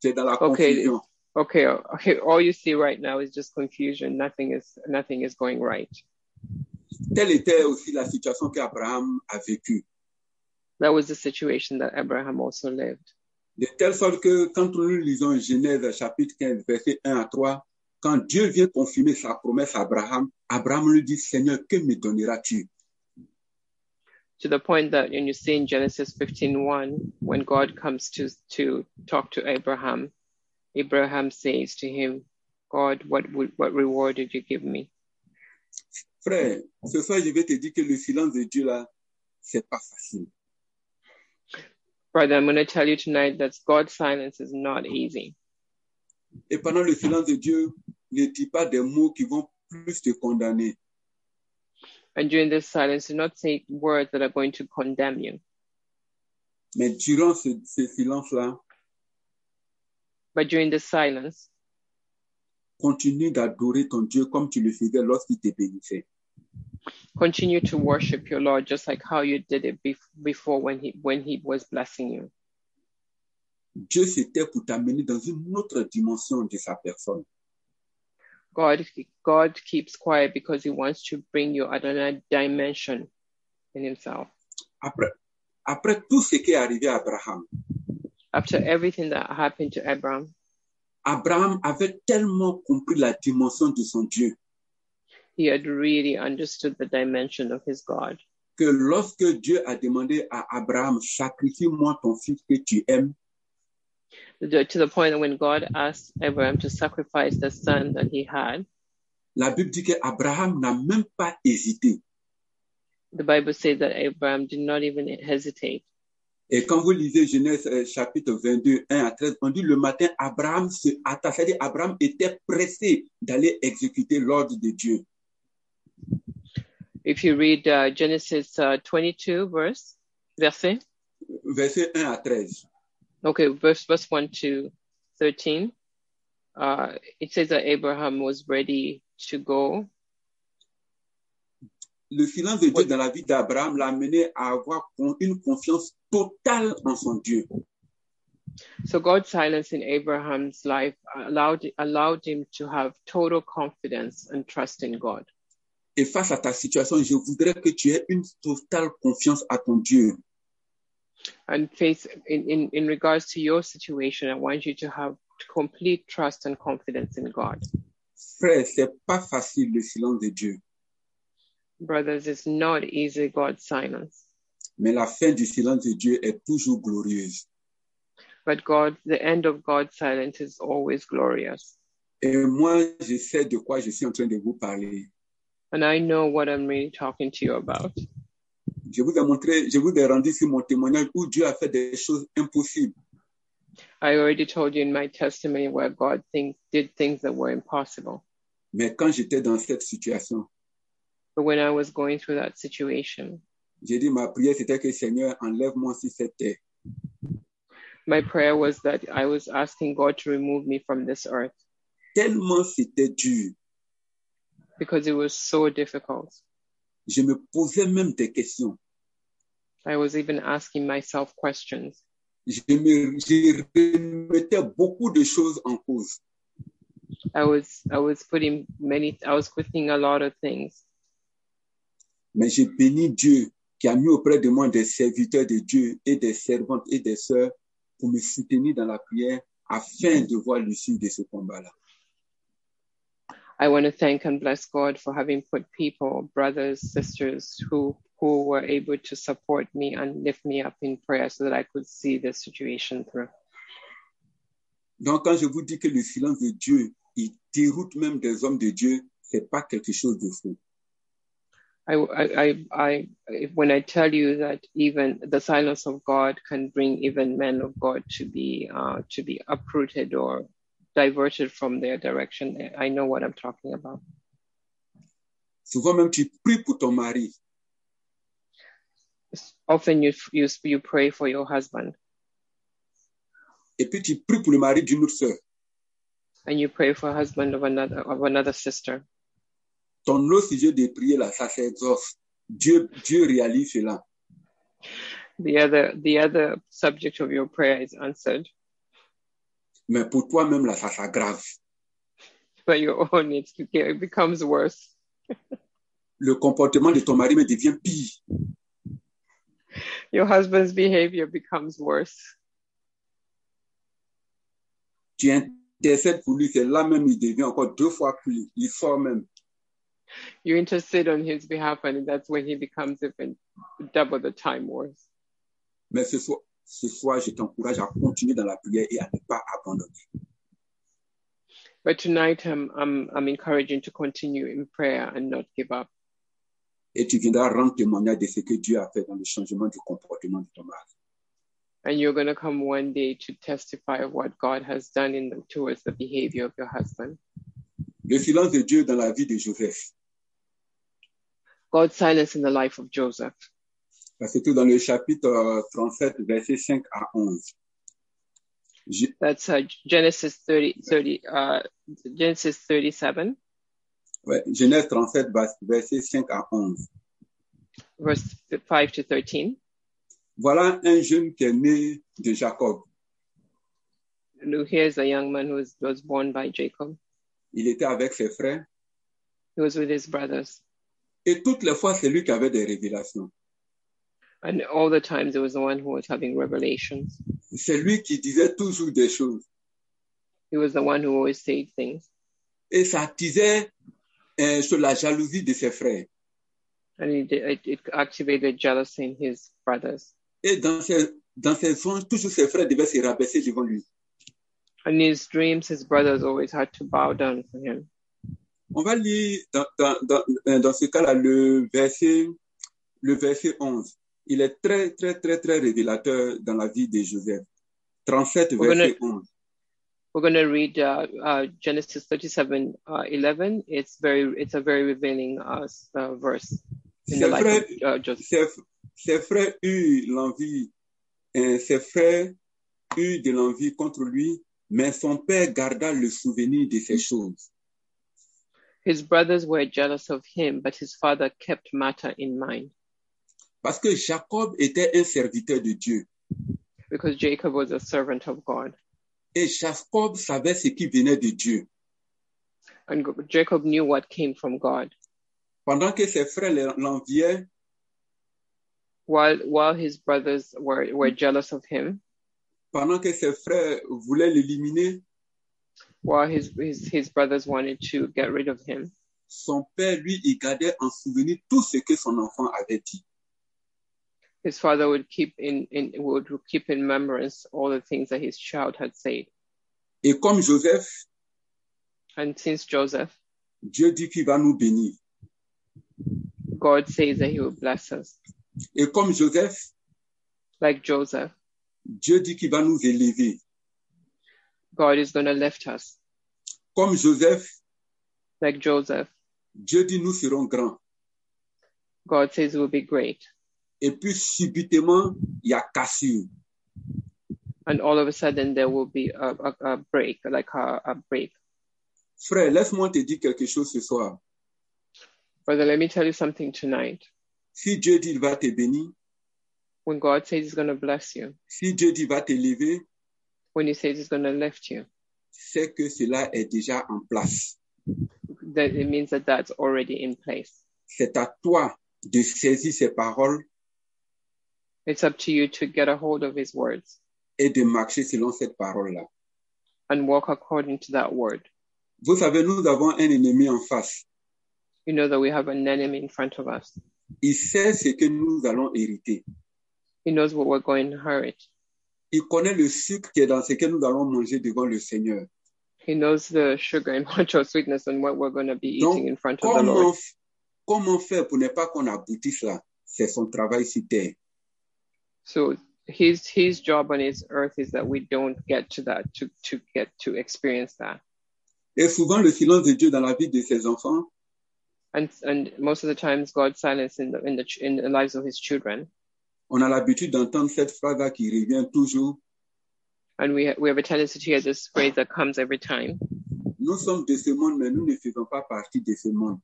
S1: Tu es dans la
S2: Ok.
S1: confusion.
S2: Okay, okay. All you see right now is just confusion. Nothing is nothing is going right.
S1: Telle était aussi la situation qu'Abraham a vécue.
S2: That was the situation that Abraham also lived.
S1: De telle sorte que quand nous lisons Genèse chapitre 15, verset 1 à 3, quand Dieu vient confirmer sa promesse à Abraham, Abraham lui dit, Seigneur, que me donneras-tu
S2: to the point that when you see in Genesis 15:1, when God comes to to talk to Abraham, Abraham says to him, "God, what would, what reward did you give me?"
S1: Frère, ce soir, je vais te dire que le silence de Dieu là, c'est pas facile.
S2: Brother, I'm going to tell you tonight that God's silence is not easy.
S1: Et pendant le silence de Dieu, ne dis pas des mots qui vont plus te condamner.
S2: And during this silence, do not say words that are going to condemn you.
S1: Mais durant ce, ce silence-là,
S2: But during this silence,
S1: continue d'adorer ton Dieu comme tu le faisais lorsqu'il te bénissait.
S2: continue to worship your Lord, just like how you did it bef- before when He when He was blessing you.
S1: Dieu s'était pour t'amener dans une autre dimension de sa personne.
S2: God, God keeps quiet because He wants to bring you at another dimension in Himself.
S1: Après, après tout ce qui est arrivé à Abraham,
S2: After everything that happened to Abraham,
S1: Abraham avait tellement compris la dimension de son Dieu
S2: he had really understood the dimension of his God.
S1: que lorsque Dieu a demandé à Abraham, sacrifie-moi ton fils que tu aimes,
S2: The- to the point that when God asked Abraham to sacrifice the son that he had,
S1: la Bible dit qu'Abraham n'a même pas hésité.
S2: the Bible says that Abraham did not even hesitate.
S1: Et quand vous lisez Genèse euh, chapitre 22, 1 à 13, on dit le matin, Abraham se hâta, c'est-à-dire Abraham était pressé d'aller exécuter l'ordre de Dieu.
S2: If you read uh, Genesis uh, 22, verse, verse,
S1: Verset 1 à 13.
S2: okay, verse, verse 1 to 13, uh, it says that Abraham was ready to go
S1: Le silence de Dieu dans la vie d'Abraham l'a amené à avoir con- une confiance totale en son Dieu.
S2: So God's silence in Abraham's life allowed allowed him to have total confidence and trust in God.
S1: Et face à ta situation, je voudrais que tu aies une totale confiance à ton Dieu.
S2: And faith in, in, in regards to your situation, I want you to have complete trust and confidence in God.
S1: Frère, c'est pas facile le silence de Dieu.
S2: Brothers, it's not easy, God's silence.
S1: Mais la fin du silence de Dieu est toujours glorieuse.
S2: But God, the end of God's silence is always glorious.
S1: Et moi, je sais de quoi je suis en train de vous parler.
S2: And I know what I'm really talking to you about.
S1: Je vous ai montré, je vous ai rendu sur mon témoignage où Dieu a fait des choses impossibles.
S2: I already told you in my testimony where God think, did things that were impossible.
S1: Mais quand j'étais dans cette situation,
S2: But when I was going through that situation,
S1: j'ai dit ma prière, c'était que Seigneur, enlève-moi sur cette terre.
S2: my prayer was that I was asking God to remove me from this earth
S1: Tellement c'était dur.
S2: because it was so difficult.
S1: Je me posais même des questions.
S2: I was even asking myself questions.
S1: Je me je remettais beaucoup de choses en cause.
S2: I was I was putting many I was questioning a lot of things.
S1: Mais j'ai béni Dieu qui a mis auprès de moi des serviteurs de Dieu et des servantes et des sœurs pour me soutenir dans la prière afin de voir l'issue de ce combat-là.
S2: I want to thank and bless God for having put people, brothers, sisters who who were able to support me and lift me up in prayer so that I could see this situation through.
S1: Donc quand je vous dis que le silence de Dieu, il déroute même des hommes de Dieu, c'est pas quelque chose de faux.
S2: I, I, I, I, if- when I tell you that even the silence of God can bring even men of God to be uh, to be uprooted or diverted from their direction, I know what I'm talking about.
S1: Souvent même tu pries pour ton mari,
S2: Often you you you pray for your husband
S1: et puis tu pries pour le mari d'une autre sœur.
S2: and you pray for a husband of another of another sister.
S1: Ton autre sujet de prière là, ça s'exauce. Dieu, Dieu réalise cela.
S2: The other the other subject of your prayer is answered,
S1: Mais pour toi-même là, ça s'aggrave.
S2: but your own it's, it becomes worse.
S1: Le comportement de ton mari même devient pire.
S2: Your husband's behavior becomes worse.
S1: Tu intercèdes pour lui, c'est là même il devient encore deux fois plus. Il sort même.
S2: you intercede on his behalf, and that's when he becomes even double the time worse.
S1: Mais ce soir, ce soir, je t'encourage à continuer dans la prière et à ne pas abandonner.
S2: But tonight, I'm, I'm, I'm encouraging to continue in prayer and not give up.
S1: Et tu viendras rendre témoignage de ce que Dieu a fait dans le changement du comportement de ton mari.
S2: And you're going to come one day to testify of what God has done in the, towards the behavior of your husband.
S1: Le silence de Dieu dans la vie de Joseph.
S2: God's silence in the life of Joseph.
S1: Parce que dans le chapitre euh, 37, verset 5 à 11, Je-
S2: That's uh, Genesis 30, 30 uh, Genesis 37,
S1: ouais, Genèse 37, vers- verset 5 à 11.
S2: verse 5 to 13,
S1: Voilà un jeune qui est né de Jacob.
S2: who here's a young man who was, was born by Jacob.
S1: Il était avec ses frères.
S2: He was with his brothers.
S1: Et toutes les fois, c'est lui qui avait des révélations.
S2: And all the times there was the one who was having revelations.
S1: C'est lui qui disait toujours des choses.
S2: He was the one who always said things.
S1: Et ça attisait euh, sur la jalousie de ses frères.
S2: And it, it, it activated jealousy in his brothers.
S1: Et dans ses, dans ses songes, toujours ses frères devaient se rabaisser devant lui.
S2: In his dreams, his brothers always had to bow down for him.
S1: On va lire dans, dans, dans, euh, dans ce cas-là le verset, le verset 11. Il est très, très, très, très révélateur dans la vie de Joseph. 37,
S2: We're gonna-
S1: verset 11.
S2: We're going to read uh, uh, Genesis 37, uh, 11. It's, very, it's a very revealing uh, s- uh, verse in the
S1: Ses
S2: life
S1: frères,
S2: of uh, Joseph.
S1: ses, ses frères eurent l'envie, euh, ses frères eurent de l'envie contre lui, mais son père garda le souvenir de ces choses.
S2: His brothers were jealous of him, but his father kept matter in mind
S1: Parce que Jacob était un serviteur de Dieu.
S2: because Jacob was a servant of God.
S1: Et Jacob savait ce qui venait de Dieu.
S2: And Jacob knew what came from God.
S1: Pendant que ses frères l'en- l'enviaient,
S2: while while his brothers were were jealous of him,
S1: pendant que ses frères voulaient l'éliminer,
S2: while his his, his brothers wanted to get rid of him,
S1: son père, lui, il gardait en souvenir tout ce que son enfant avait dit.
S2: his father would keep in, in would keep in remembrance all the things that his child had said.
S1: Et comme Joseph,
S2: And since Joseph,
S1: Dieu dit qu'il va nous bénir.
S2: God says that he will bless us.
S1: Et comme Joseph,
S2: Like Joseph,
S1: Dieu dit qu'il va nous élever.
S2: God is going to lift us.
S1: Comme Joseph,
S2: Like Joseph,
S1: Dieu dit nous serons grands.
S2: God says we'll be great.
S1: Et puis subitement, il y a cassure.
S2: And all of a sudden, there will be a, a, a break, like a, a break.
S1: Frère, laisse-moi te dire quelque chose ce soir.
S2: Brother, let me tell you something tonight.
S1: Si Dieu dit il va te bénir,
S2: When God says He's going to bless you,
S1: si Dieu dit il va t'élever,
S2: when He says He's going to lift you,
S1: c'est que cela est déjà en place.
S2: that it means that that's already in place.
S1: C'est à toi de saisir ces paroles
S2: It's up to you to get a hold of His words
S1: et de marcher selon cette parole-là.
S2: and walk according to that word.
S1: Vous savez, nous avons un ennemi en face.
S2: You know that we have an enemy in front of us.
S1: Il sait ce que nous allons hériter.
S2: He knows what we're going to inherit.
S1: Il connaît le sucre qui est dans ce que nous allons manger devant le Seignor.
S2: He knows the sugar and much of sweetness and what we're going to be
S1: Donc,
S2: eating in front of the Lord.
S1: Comment, comment faire pour ne pas qu'on aboutisse là C'est son travail sur terre.
S2: So his his job on his earth is that we don't get to that to to get to experience that.
S1: Et souvent, le silence de Dieu dans la vie de ses enfants,
S2: And and most of the times God's silence in the in the ch- in the lives of his children,
S1: on a l'habitude d'entendre cette phrase-là qui revient toujours.
S2: and we ha- we have a tendency to hear this phrase that comes every time.
S1: Nous sommes de ce monde, mais nous ne faisons pas partie de ce monde.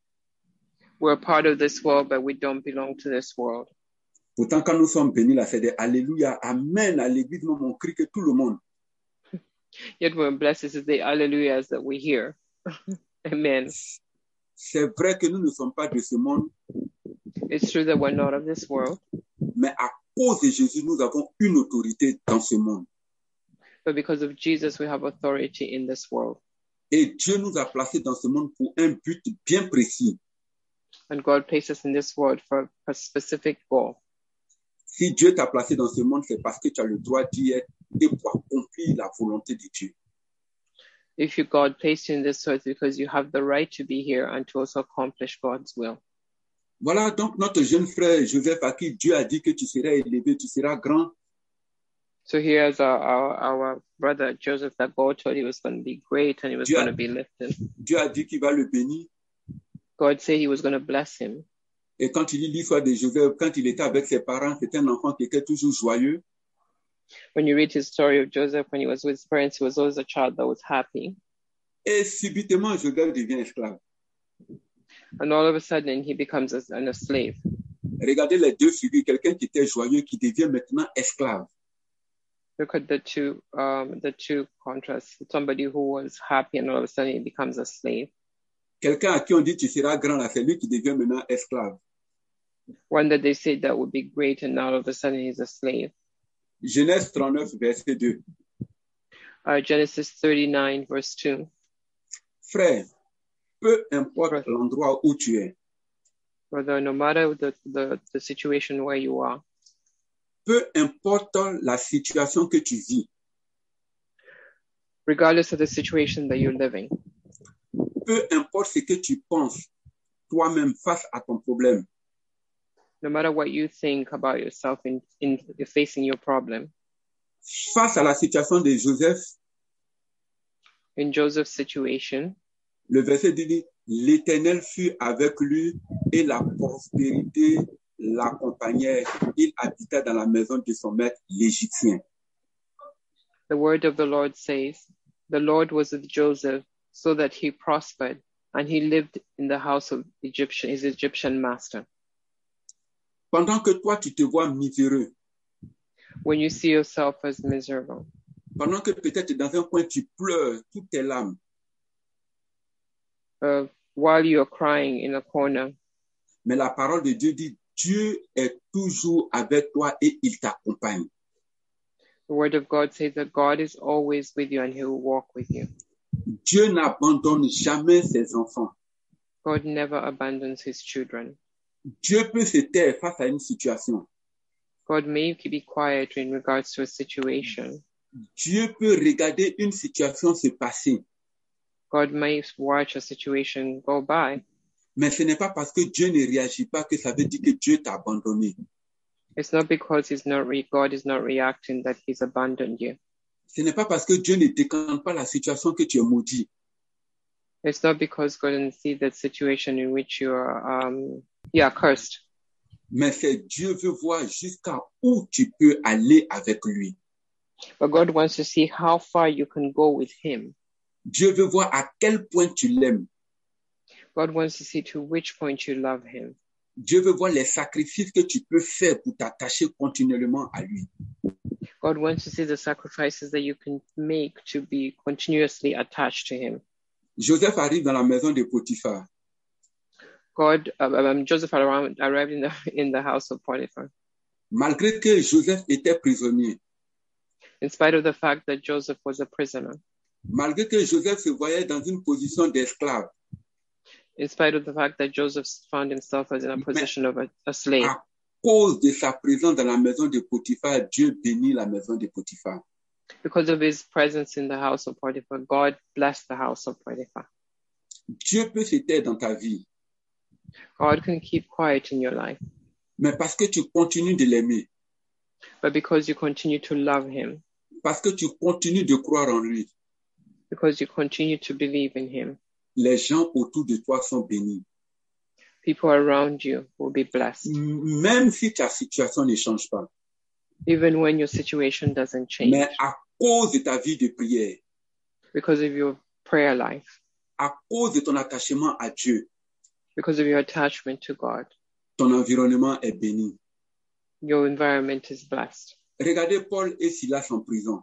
S2: We're a part of this world, but we don't belong to this world.
S1: Pourtant, quand nous sommes bénis, là, c'est des Alléluia, Amen à l'église, même on crie que tout le monde.
S2: Yet we're blessed is the alleluias that we hear. Amen.
S1: C'est vrai que nous ne sommes pas de ce monde,
S2: It's true that we're not of this world,
S1: mais à cause de Jésus, nous avons une autorité dans ce monde.
S2: but because of Jesus, we have authority in this world.
S1: Et Dieu nous a placés dans ce monde pour un but bien précis.
S2: And God placed us in this world for a specific goal.
S1: Si Dieu t'a placé dans ce monde, c'est parce que tu as le droit d'y être et pour accomplir la volonté de Dieu.
S2: if you God placed you in this earth because you have the right to be here and to also accomplish God's will.
S1: Voilà donc notre jeune frère Joseph à qui Dieu a dit que tu seras élevé, tu seras grand.
S2: So here's our, our, our brother Joseph that God told he was going to be great and he was
S1: Yeah.
S2: going to be lifted.
S1: Dieu a dit qu'il va le bénir.
S2: God said he was going to bless him.
S1: Et quand tu lis l'histoire de Joseph, quand il était avec ses parents, c'était un enfant qui était toujours joyeux.
S2: When you read his story of Joseph, when he was with his parents, he was always a child that was happy.
S1: Et subitement, Joseph devient esclave.
S2: And all of a sudden, he becomes a, and a slave.
S1: Regardez les deux figures, quelqu'un qui était joyeux, qui devient maintenant esclave.
S2: Look at the two, um, the two contrasts. Somebody who was happy and all of a sudden he becomes a slave.
S1: Quelqu'un à qui on dit tu seras grand, là, c'est lui qui devient maintenant esclave.
S2: One that they said that would be great and now all of a sudden he's a slave.
S1: Genèse 39, verset 2.
S2: uh, Genesis 39, verse 2.
S1: Frère, peu importe l'endroit où tu es,
S2: Brother, no matter the, the, the situation where you are,
S1: peu importe la situation que tu vis,
S2: regardless of the situation that you're living,
S1: peu importe ce que tu penses toi-même face à ton problème,
S2: no matter what you think about yourself in, in facing your problem,
S1: face à la situation de Joseph,
S2: in Joseph's situation,
S1: le verset dit, l'Éternel fut avec lui et la prospérité l'accompagnait. Il habita dans la maison de son maître, l'Égyptien.
S2: the word of the Lord says, The Lord was with Joseph so that he prospered and he lived in the house of Egyptian, his Egyptian master.
S1: Pendant que toi, tu te vois miséreux,
S2: When you see yourself as miserable,
S1: pendant que peut-être dans un coin, tu pleures toutes tes larmes,
S2: uh, while you're crying in a corner,
S1: mais la parole de Dieu dit, Dieu est toujours avec toi et il t'accompagne.
S2: the word of God says that God is always with you and he will walk with you.
S1: Dieu n'abandonne jamais ses enfants.
S2: God never abandons his children.
S1: Dieu peut se taire face à une situation.
S2: God may be quiet in regards to a situation.
S1: Dieu peut regarder une situation se passer.
S2: God may watch a situation go by.
S1: Mais ce n'est pas parce que Dieu ne réagit pas que ça veut dire que Dieu t'a abandonné.
S2: It's not because he's not re- God is not reacting that he's abandoned you.
S1: Ce n'est pas parce que Dieu ne décante pas la situation que tu es maudit.
S2: It's not because God didn't see that situation in which you are, um, you are cursed,
S1: Mais c'est Dieu veut voir jusqu'à où tu peux aller avec lui.
S2: but God wants to see how far you can go with Him.
S1: Dieu veut voir à quel point tu l'aimes.
S2: God wants to see to which point you love Him.
S1: Dieu veut voir les sacrifices que tu peux faire pour t'attacher continuellement à lui.
S2: God wants to see the sacrifices that you can make to be continuously attached to Him.
S1: Joseph arrive dans la maison de Potiphar.
S2: God, um, um, Joseph arrived arrived in the, in the house of Potiphar.
S1: Malgré que Joseph était prisonnier,
S2: In spite of the fact that Joseph was a prisoner,
S1: malgré que Joseph se voyait dans une position d'esclave,
S2: in spite of the fact that Joseph found himself as in a position of a, a slave,
S1: à cause de sa présence dans la maison de Potiphar, Dieu bénit la maison de Potiphar.
S2: because of his presence in the house of Potiphar, God blessed the house of Potiphar.
S1: Dieu peut se taire dans ta vie,
S2: God can keep quiet in your life,
S1: mais parce que tu continues de l'aimer,
S2: but because you continue to love Him,
S1: parce que tu continues de croire en lui,
S2: because you continue to believe in Him,
S1: les gens autour de toi sont bénis.
S2: people around you will be
S1: Mm.
S2: blessed,
S1: M- Même si ta situation ne change pas,
S2: even when your situation doesn't change,
S1: mais à cause de ta vie de prière,
S2: because of your prayer life,
S1: à cause de ton attachement à Dieu,
S2: because of your attachment to God.
S1: ton environnement est béni.
S2: Your environment is blessed.
S1: Regardez Paul et Silas en prison.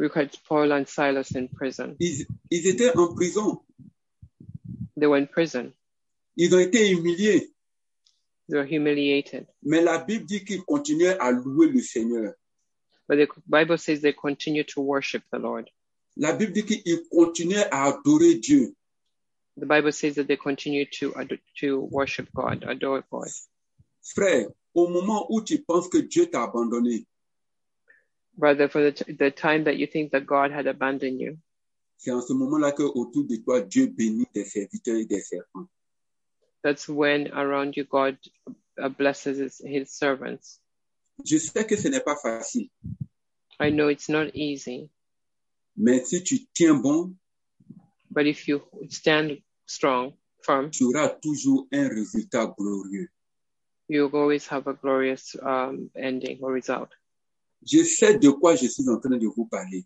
S2: Look at Paul and Silas in prison.
S1: Ils, ils étaient en prison.
S2: They were in prison.
S1: Ils ont été humiliés.
S2: They were humiliated.
S1: Mais la Bible dit qu'ils continuaient à louer le Seigneur.
S2: But the Bible says they continue to worship the Lord.
S1: La Bible dit qu'ils continuaient à adorer Dieu.
S2: The Bible says that they continue to ad- to worship God, adore God.
S1: Frère, au moment où tu penses que Dieu t'a abandonné,
S2: Rather, for the, t- the time that you think that God had abandoned you,
S1: c'est en ce moment-là que autour de toi, Dieu bénit des serviteurs et des servants.
S2: that's when around you God uh, blesses his, his servants.
S1: Je sais que ce n'est pas facile,
S2: I know it's not easy,
S1: mais si tu tiens bon,
S2: but if you stand strong, firm,
S1: tu auras toujours un résultat glorieux.
S2: you'll always have a glorious um, ending or result.
S1: Je sais de quoi je suis en train de vous parler.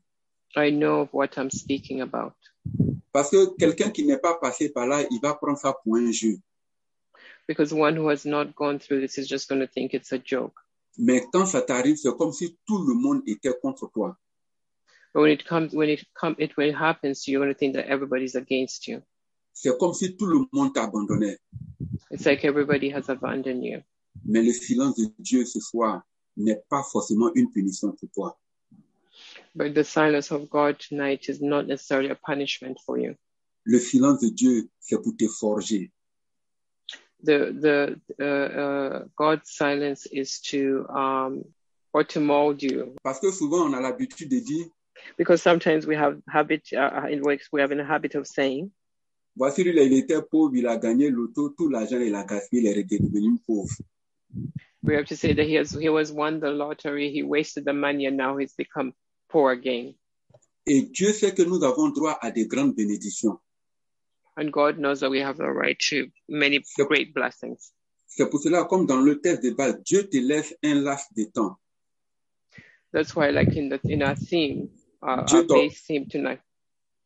S2: I know of what I'm speaking about.
S1: Parce que quelqu'un qui n'est pas passé par là, il va prendre ça pour un jeu.
S2: Because one who has not gone through this is just going to think it's a joke.
S1: Mais quand ça t'arrive, c'est comme si tout le monde était contre toi.
S2: But when it comes, when it come, it when it happens, to you, you're going to think that everybody's against you.
S1: C'est comme si tout le monde t'abandonnait.
S2: It's like everybody has abandoned you.
S1: Mais le silence de Dieu ce soir n'est pas forcément une punition pour toi.
S2: But the silence of God tonight is not necessarily a punishment for you.
S1: Le silence de Dieu, c'est pour te forger.
S2: The the uh, uh, God's silence is to um or to mold you
S1: Parce que souvent, on a l'habitude de dire,
S2: because sometimes we have habit uh, in which we have a habit of saying
S1: voici lui, il était pauvre, il a gagné l'auto, tout l'argent, il a gaspillé, il est devenu pauvre.
S2: we have to say that he has he was won the lottery, he wasted the money, and now he's become poor again.
S1: Et Dieu sait que nous avons droit à des grandes bénédictions.
S2: And God knows that we have the right to many
S1: Yep.
S2: great blessings.
S1: C'est pour cela, comme dans le test de base, Dieu te laisse un laps de temps.
S2: That's why, like in the in our theme, uh, our
S1: Jacob.
S2: base theme tonight,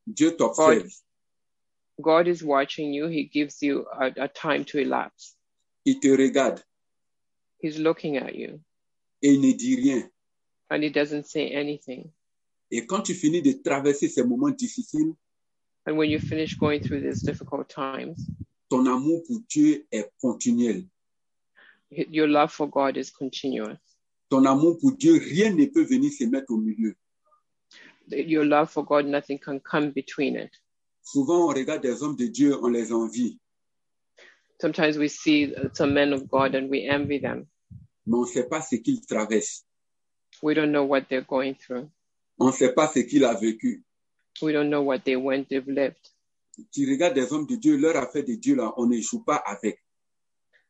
S1: Dieu t'observe.
S2: Ouais. God is watching you. He gives you a, a time to elapse.
S1: Il te regarde
S2: He's looking at you,
S1: et il ne dit rien.
S2: and he doesn't say anything.
S1: Et quand tu finis de traverser ces moments difficiles,
S2: And when you finish going through these difficult times,
S1: ton amour pour Dieu est continuel.
S2: y- your love for God is continuous.
S1: Ton amour pour Dieu, rien ne peut venir se mettre au milieu.
S2: Your love for God, nothing can come between it.
S1: Souvent, on regarde des hommes de Dieu, on les envie,
S2: Sometimes we see uh, some men of God and we envy them.
S1: mais on ne sait pas ce qu'ils traversent.
S2: We don't know what they're going through.
S1: On ne sait pas ce qu'il a vécu.
S2: We don't know what they went, they've lived.
S1: Tu regardes des hommes de Dieu, leur affaire de Dieu, là, on ne joue pas avec.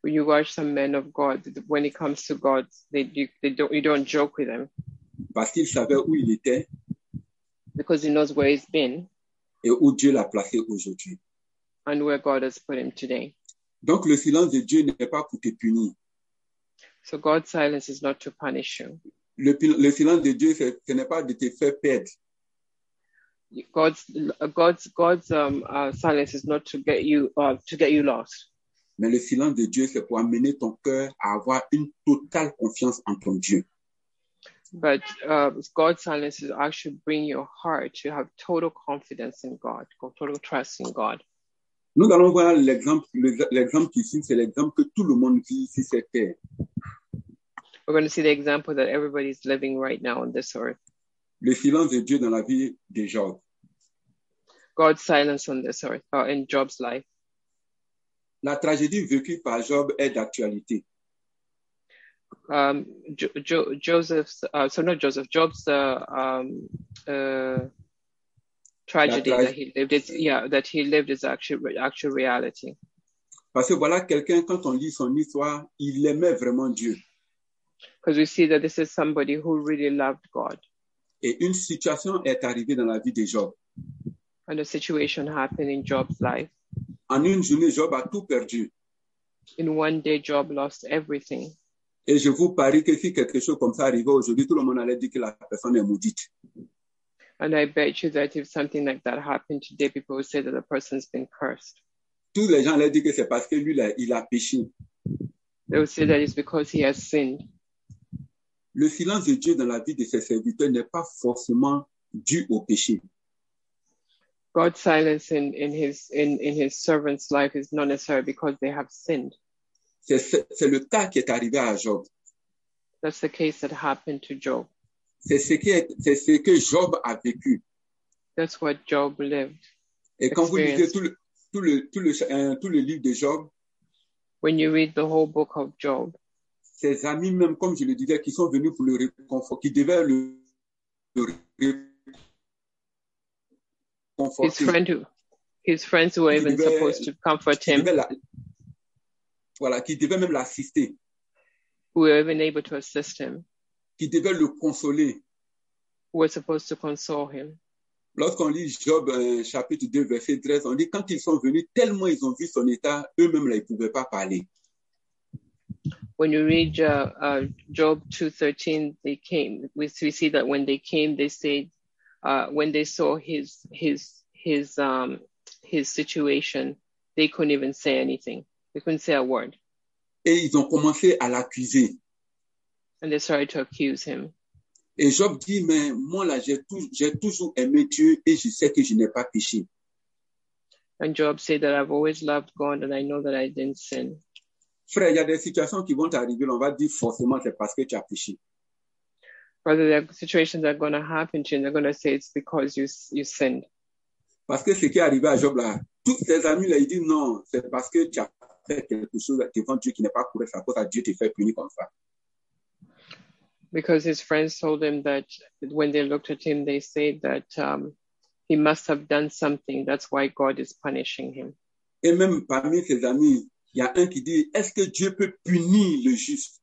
S2: when you watch some men of God, when it comes to God, they you, they don't you don't joke with them
S1: Parce qu'ils savaient où il était,
S2: because he knows where he's been
S1: et où Dieu l'a placé aujourd'hui.
S2: and where God has put him today.
S1: Donc le silence de Dieu n'est pas pour te punir.
S2: So God's silence is not to punish you.
S1: Le, pil- le silence de Dieu, c'est- ce n'est pas de te faire perdre.
S2: God's God's God's um, uh, silence is not to get you uh, to get you lost,
S1: Mais le silence de Dieu, c'est pour amener ton cœur à avoir une totale confiance en ton Dieu.
S2: but uh, God's silence is actually bring your heart to have total confidence in God, total trust in God.
S1: Nous allons voir l'exemple, le- l'exemple qui suit, c'est l'exemple que tout le monde vit sur cette terre.
S2: We're going to see the example that everybody's living right now on this earth.
S1: Le silence de Dieu dans la vie de Job.
S2: God's silence on this earth uh, in Job's life.
S1: La tragédie vécue par Job est d'actualité.
S2: Um, jo- jo- Joseph's uh, so not Joseph, Job's uh, um, uh, tragedy
S1: trage-
S2: that he lived. Is, yeah, that he lived is actually actual reality.
S1: Parce que voilà quelqu'un, quand on lit son histoire, il aimait vraiment Dieu.
S2: because we see that this is somebody who really loved God.
S1: Et une situation est arrivée dans la vie de Job.
S2: And a situation happened in Job's life.
S1: En une journée, Job a tout perdu.
S2: In one day, Job lost everything.
S1: Et je vous parie que si quelque chose comme ça arrivait aujourd'hui, tout le monde allait dire que la personne est maudite.
S2: And I bet you that if something like that happened today, people would say that the person's been cursed.
S1: Tous les gens allaient dire que c'est parce que lui, il a- il a péché.
S2: They would say that it's because he has sinned.
S1: Le silence de Dieu dans la vie de ses serviteurs n'est pas forcément dû au péché.
S2: God's silence in, in his in, in his servant's life is not necessarily because they have sinned.
S1: C'est- C'est c'est le cas qui est arrivé à Job.
S2: That's the case that happened to Job.
S1: C'est ce, qui est- c'est ce que Job a vécu.
S2: That's what Job lived.
S1: Et quand vous lisez
S2: Experience.
S1: tout le, tout, le, tout, le, cha- euh, tout le livre de Job,
S2: When you read the whole book of Job,
S1: ses amis même, comme je le disais, qui sont venus pour le réconforter, qui devaient le, le
S2: his
S1: réconforter,
S2: friend who his friends who were
S1: He
S2: even
S1: devaient-
S2: supposed to comfort
S1: qui
S2: him
S1: devaient la- voilà, qui devaient même l'assister,
S2: who were even able to assist him,
S1: qui devaient le consoler.
S2: who were supposed to console him.
S1: Lorsqu'on lit Job euh, chapitre 2, verset 13, on dit quand ils sont venus, tellement ils ont vu son état, eux-mêmes là, ils ne pouvaient pas parler.
S2: When you read uh, uh, Job 2:13, they came. We, we see that when they came, they said, uh, when they saw his his his um his situation, they couldn't even say anything. They couldn't say a word,
S1: Et ils ont commencé à l'accuser.
S2: and they started to accuse him.
S1: Et Job dit, mais moi là, j'ai tou- j'ai toujours aimé Dieu et je sais que je n'ai pas péché.
S2: And Job said that I've always loved God, and I know that I didn't sin.
S1: Frère, il y a des situations qui vont t'arriver, on va dire forcément c'est parce que tu as péché.
S2: Rather, there are situations that are going to happen to you, and they're going to say it's because you you sinned.
S1: Parce que ce qui est arrivé à Job là, tous ses amis là, ils disent non, c'est parce que tu as fait quelque chose devant Dieu qui n'est pas correct, c'est à cause à Dieu te fait punir comme ça.
S2: because his friends told him that when they looked at him, they said that um, he must have done something. That's why God is punishing him.
S1: Et même parmi ses amis, il y a un qui dit, est-ce que Dieu peut punir le juste?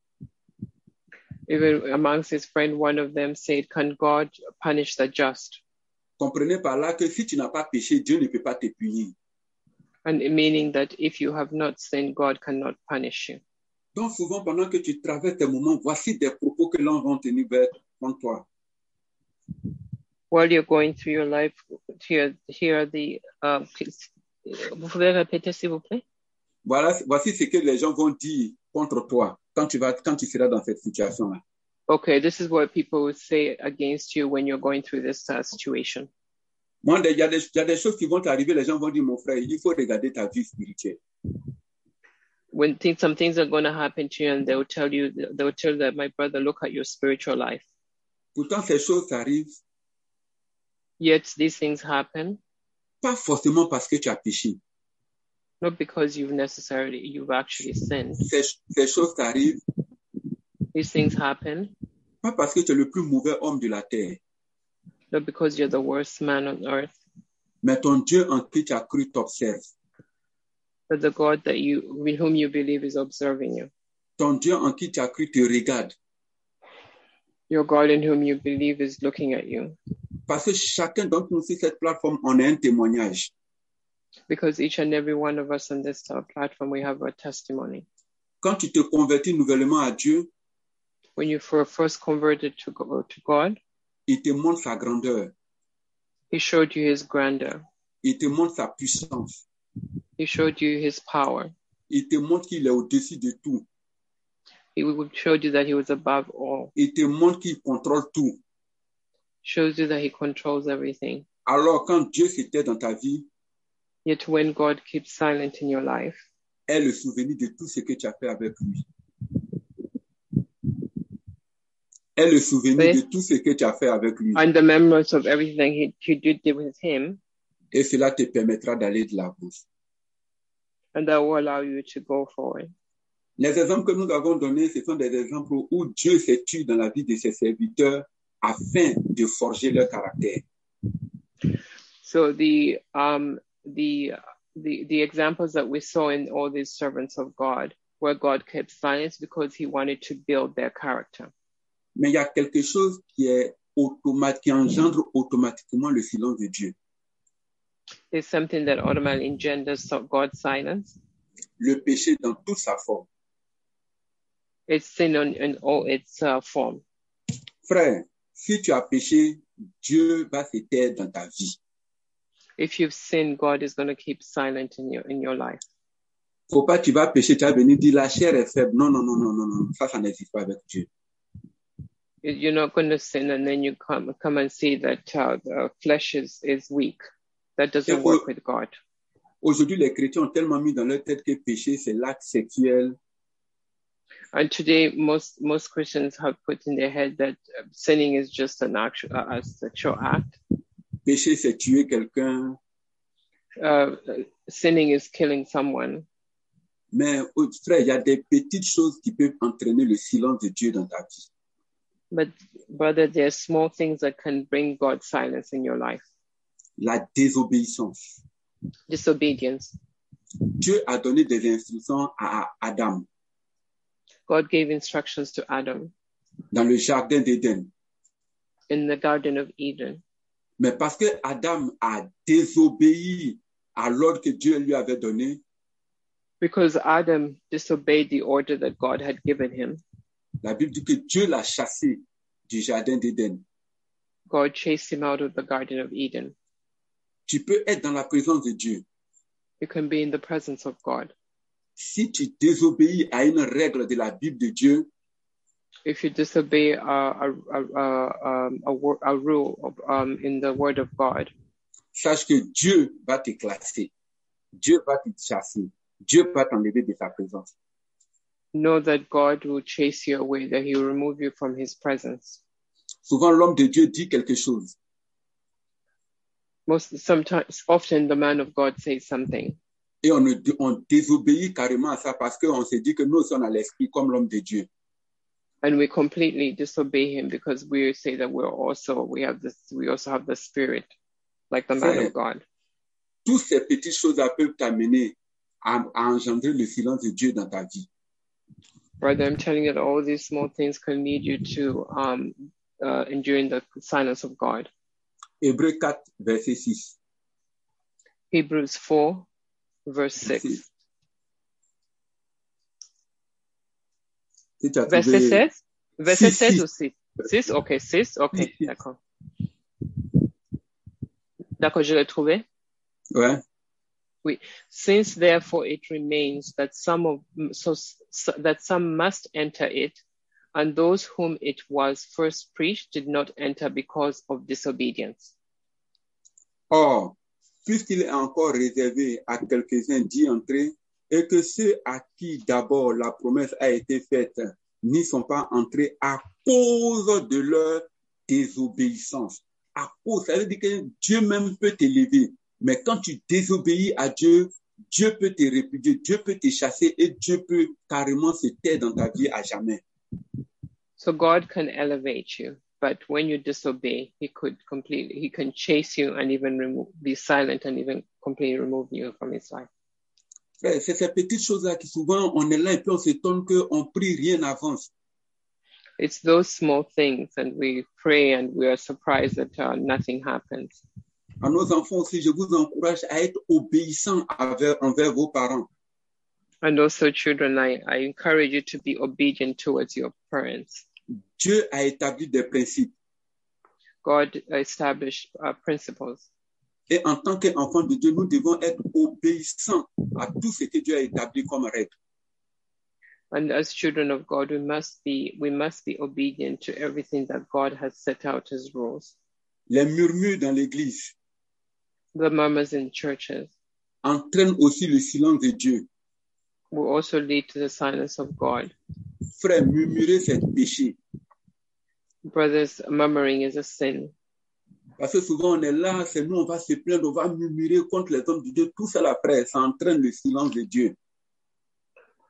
S2: Even amongst his friend, one of them said, "Can God punish the just?"
S1: Comprenez par là que si tu n'as pas péché, Dieu ne peut pas te punir.
S2: And meaning that if you have not sinned, God cannot punish you.
S1: Donc souvent, pendant que tu traverses tes moments, voici des propos que l'on va tenir vers contre toi.
S2: While you're going through your life, here, here are the. Um, please, vous pouvez répéter, s'il vous plaît?
S1: Voilà, voici ce que les gens vont dire contre toi quand tu, vas, quand tu seras dans cette situation-là.
S2: Okay, this is what people would say against you when you're going through this uh, situation.
S1: Moi, il y, a des- il y a des choses qui vont t'arriver, les gens vont dire, mon frère, il faut regarder ta vie spirituelle.
S2: when things, some things are going to happen to you and they'll tell you they'll tell you that my brother look at your spiritual life
S1: Pourtant, ces choses arrivent
S2: yet these things happen
S1: pas forcément parce que tu as péché.
S2: not because you've necessarily you've actually sinned
S1: Ces, ces choses arrivent
S2: these things happen
S1: pas parce que tu es le plus mauvais homme de la terre,
S2: not because you're the worst man on earth
S1: mais ton Dieu en qui tu as cru t'observe.
S2: but the god that you with whom you believe is observing you
S1: Ton Dieu en qui tu as cru te regarde.
S2: your god in whom you believe is looking at you
S1: Parce que chacun d'entre nous sur cette plateforme, on a un témoignage.
S2: because each and every one of us on this uh, platform, we have a testimony.
S1: Quand tu te convertis nouvellement à Dieu,
S2: When you were first converted to, go- to God,
S1: il te montre sa grandeur,
S2: He showed you His grandeur,
S1: il te montre sa puissance,
S2: He showed you His power,
S1: il te montre qu'il est au-dessus de tout,
S2: He w- showed you that He was above all,
S1: il te montre qu'il contrôle tout.
S2: shows you that He controls everything.
S1: Alors quand Dieu s'était dans ta vie,
S2: Yet when God keeps silent in your life,
S1: est le souvenir de tout ce que tu as fait avec lui. Est le souvenir
S2: Oui.
S1: de tout ce que tu as fait avec lui.
S2: and the memories of everything He, he did with Him,
S1: Et cela te permettra d'aller de l'avant.
S2: and that will allow you to go forward.
S1: Les exemples que nous avons donnés, ce sont des exemples où Dieu s'est tué dans la vie de ses serviteurs afin de forger leur caractère.
S2: So the um the the the examples that we saw in all these servants of God, where God kept silence because He wanted to build their character.
S1: Mais il y a quelque chose qui est automatique, qui engendre automatiquement le silence de Dieu.
S2: There's something that automatically engenders so- God's silence.
S1: Le péché dans toute sa forme.
S2: It's sin on, in all its uh, form.
S1: Frère, si tu as péché, Dieu va se taire dans ta vie.
S2: If you've sinned, God is going to keep silent in your in your life.
S1: Faut pas, tu vas pécher, tu vas venir dire la chair est faible. Non, non, non, non, non, non. Ça, ça n'existe pas avec Dieu.
S2: You- You're not going to sin, and then you come come and see that uh, the flesh is is weak. That doesn't
S1: Yeah,
S2: work
S1: well-
S2: with God.
S1: Aujourd'hui, les chrétiens ont tellement mis dans leur tête que péché, c'est l'acte sexuel,
S2: And today, most most Christians have put in their head that uh, sinning is just an uh, actual a a sexual act.
S1: péché, c'est tuer quelqu'un.
S2: Uh, sinning is killing someone.
S1: Mais oh, frère, il y a des petites choses qui peuvent entraîner le silence de Dieu dans ta vie.
S2: But brother, there are small things that can bring God's silence in your life.
S1: La désobéissance.
S2: Disobedience.
S1: Dieu a donné des instructions à Adam
S2: God gave instructions to Adam
S1: dans le jardin d'Éden.
S2: in the Garden of Eden,
S1: Mais parce que Adam a désobéi à l'ordre que Dieu lui avait donné,
S2: because Adam disobeyed the order that God had given him.
S1: la Bible dit que Dieu l'a chassé du jardin d'Éden.
S2: God chased him out of the Garden of Eden.
S1: Tu peux être dans la présence de Dieu.
S2: You can be in the presence of God.
S1: Si tu désobéis à une règle de la Bible de Dieu,
S2: if you disobey a, a, a, a, um, a, wor- a rule of, um, in the word of God,
S1: sache que Dieu va te classer. Dieu va te chasser. Dieu va t'enlever de sa présence.
S2: know that God will chase you away, that he will remove you from his presence.
S1: Souvent, l'homme de Dieu dit quelque chose,
S2: Most sometimes, often the man of God says something,
S1: et on, ne- on désobéit carrément à ça parce qu'on se dit que nous aussi, on a l'esprit comme l'homme de Dieu.
S2: and we completely disobey him because we say that we're also we have this we also have the spirit, like the man
S1: Right.
S2: of God.
S1: Toutes ces petites choses-là peuvent t'amener à, à engendrer le silence de Dieu dans ta vie.
S2: Brother, I'm telling you that all these small things can lead you to um, uh, enduring the silence of God.
S1: Hébreu 4, verset 6.
S2: Hebrews 4, verse 6.
S1: Si tu as
S2: Verset
S1: trouvé-
S2: 16 Verset
S1: Si,
S2: 16
S1: si.
S2: ou 6 6, ok, 6, ok,
S1: Si, si.
S2: d'accord. D'accord, je l'ai trouvé.
S1: Ouais.
S2: Since therefore it remains that some of so, so that some must enter it, and those whom it was first preached did not enter because of disobedience.
S1: Or, puisqu'il est encore réservé à quelques-uns d'y entrer, et que ceux à qui d'abord la promesse a été faite n'y sont pas entrés à cause de leur désobéissance. À cause, ça veut dire que Dieu même peut t'élever. Mais quand tu désobéis à Dieu, Dieu peut te répudier, Dieu peut te chasser et Dieu peut carrément se taire dans ta vie à jamais.
S2: So God can elevate you, but when you disobey, He could completely He can chase you and even remove, be silent and even completely remove you from His life.
S1: Frère, C'est ces petites choses-là qui souvent on est là et puis on s'étonne qu'on prie rien n'avance.
S2: It's those small things, and we pray and we are surprised that uh, nothing happens.
S1: À nos enfants aussi, je vous encourage à être obéissants avec- envers vos parents.
S2: And also, children, I, I encourage you to be obedient towards your parents.
S1: Dieu a établi des principes.
S2: God established uh, principles.
S1: Et en tant qu'enfants de Dieu, nous devons être obéissants à tout ce que Dieu a établi comme règle.
S2: And as children of God, we must be we must be obedient to everything that God has set out as rules.
S1: Les murmures dans l'église
S2: The murmurs in churches
S1: entraînent aussi le silence de Dieu.
S2: will also lead to the silence of God.
S1: Frère, murmurer, c'est péché.
S2: Brothers, murmuring is a sin.
S1: Parce que souvent, on est là, c'est nous, on va se plaindre, on va murmurer contre les hommes de Dieu. Tout cela, frère, ça entraîne le silence de Dieu.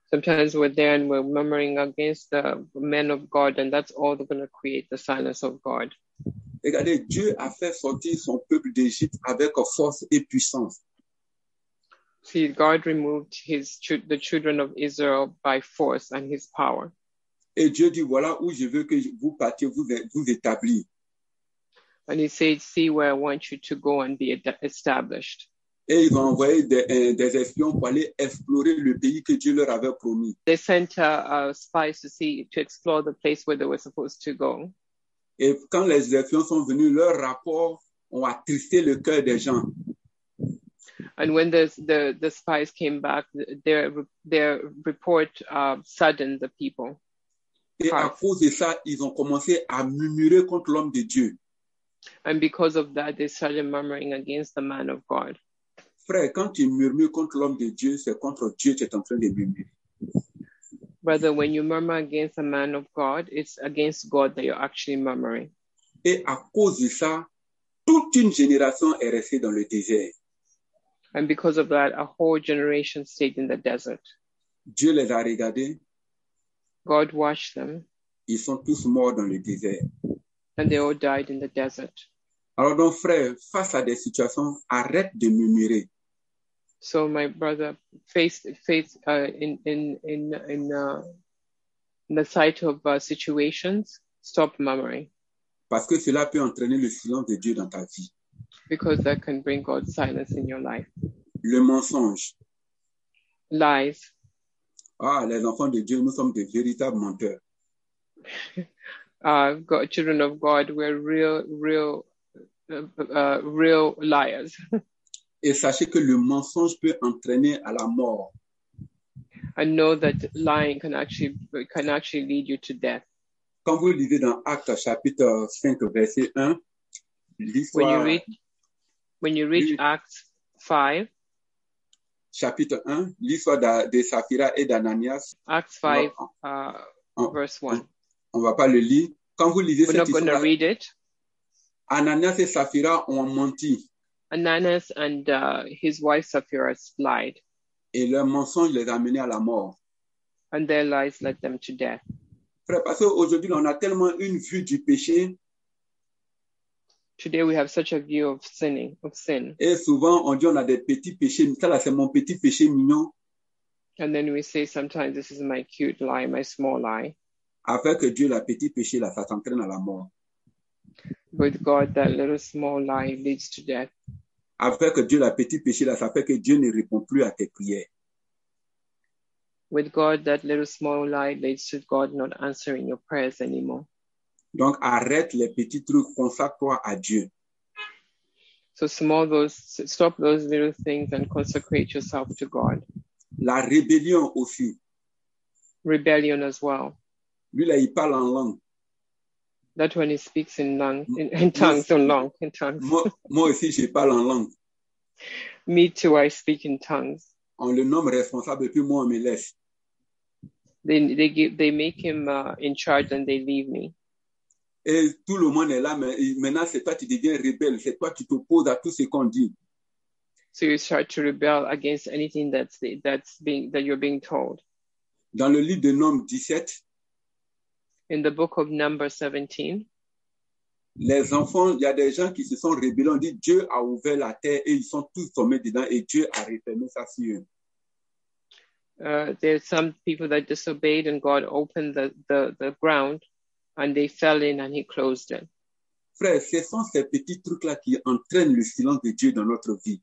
S2: Sometimes we're there and we're murmuring against the men of God, and that's all going to create the silence of God.
S1: Regardez, Dieu a fait sortir son peuple d'Égypte avec force et puissance.
S2: See, God removed his chil- the children of Israel by force and his power.
S1: Et Dieu dit, voilà où je veux que vous partiez, vous, vous établir.
S2: And he said, See where I want you to go and be ed- established.
S1: Et ils ont envoyé des, euh, des espions pour aller explorer le pays que Dieu leur avait promis.
S2: They sent uh, uh, spies to see to explore the place where they were supposed to go.
S1: Et quand les espions sont venus, leurs rapports ont attristé le cœur des gens.
S2: And when the the, the spies came back, th- their their report uh, saddened the people,
S1: Et à
S2: Ah.
S1: cause de ça, ils ont commencé à murmurer contre l'homme de Dieu.
S2: and because of that, they started murmuring against the man of God.
S1: Frère, quand tu murmures contre l'homme de Dieu, c'est contre Dieu que tu es en train de murmurer.
S2: Brother, when you murmur against a man of God, it's against God that you're actually murmuring.
S1: Et à cause de ça, toute une génération est restée dans le désert.
S2: And because of that, a whole generation stayed in the desert.
S1: Dieu les a regardés,
S2: God watched them,
S1: ils sont tous morts dans le désert.
S2: and they all died in the desert.
S1: Alors donc, frère, face à des situations, arrête de murmurer.
S2: So my brother faced faced uh, in in in in, uh, in the sight of uh, situations. Stop murmuring
S1: Parce que cela peut entraîner le silence de Dieu dans ta vie.
S2: because that can bring God's silence in your life.
S1: Le mensonge.
S2: Lies.
S1: Ah, les enfants de Dieu, nous sommes de véritables menteurs.
S2: Uh, God, children of God, we're real, real, uh, uh, real liars.
S1: Et sachez que le mensonge peut entraîner à la mort.
S2: I know that lying can actually can actually lead you to death.
S1: Quand vous lisez dans Actes chapitre 5, verset 1,
S2: When you
S1: l'histoire,
S2: read when you reach
S1: You-
S2: Acts five,
S1: chapitre 1, l'histoire d'A- de Saphira et d'Ananias,
S2: Acts
S1: on
S2: five,
S1: va-
S2: uh,
S1: Oh.
S2: verse one.
S1: on va pas le lire. Quand vous lisez
S2: We're
S1: cette
S2: not going to
S1: histoire,
S2: read it.
S1: Ananias et Saphira ont menti
S2: Ananias and uh, his wife Sapphira lied,
S1: et leur mensonge les a menés à la mort.
S2: and their lies led them to death.
S1: Frère, parce qu'aujourd'hui, on a tellement une vue du péché
S2: Today we have such a view of sinning, of sin,
S1: et souvent on dit on a des petits péchés. Ça là, c'est mon petit péché mignon.
S2: and then we say sometimes this is my cute lie, my small lie.
S1: Avec Dieu, la petit péché là, ça s'entraîne à la mort.
S2: With God, that little small lie leads to death.
S1: Avec Dieu, la petit péché là, ça fait que Dieu ne répond plus à tes prières.
S2: With God, that little small lie leads to God not answering your prayers anymore.
S1: Donc arrête les petits trucs, consacre-toi à Dieu.
S2: So small those, stop those little things and consecrate yourself to God.
S1: La rébellion aussi.
S2: Rebellion as well.
S1: Lui là, il parle en langue.
S2: That one he speaks in, lung, in, in tongues, in long, in tongues.
S1: Moi, moi aussi, je parle en langue.
S2: Me too, I speak in tongues.
S1: On le nomme responsable et puis moi, on me laisse.
S2: they they give they make him uh, in charge and they leave me
S1: Et tout le monde est là, mais et maintenant c'est toi, tu deviens rebelle. C'est toi, tu t'opposes à tout ce qu'on dit.
S2: so you start to rebel against anything that's that's being that you're being told
S1: Dans le livre de Nombre 17,
S2: in the book of number 17
S1: les enfants, il y a des gens qui se sont rébellés. On dit Dieu a ouvert la terre et ils sont tous tombés dedans et Dieu a refermé ça sur eux.
S2: uh, there's some people that disobeyed and god opened the, the the ground and they fell in and he closed it.
S1: Frère, ce sont ces petits trucs-là qui entraînent le silence de Dieu dans notre vie.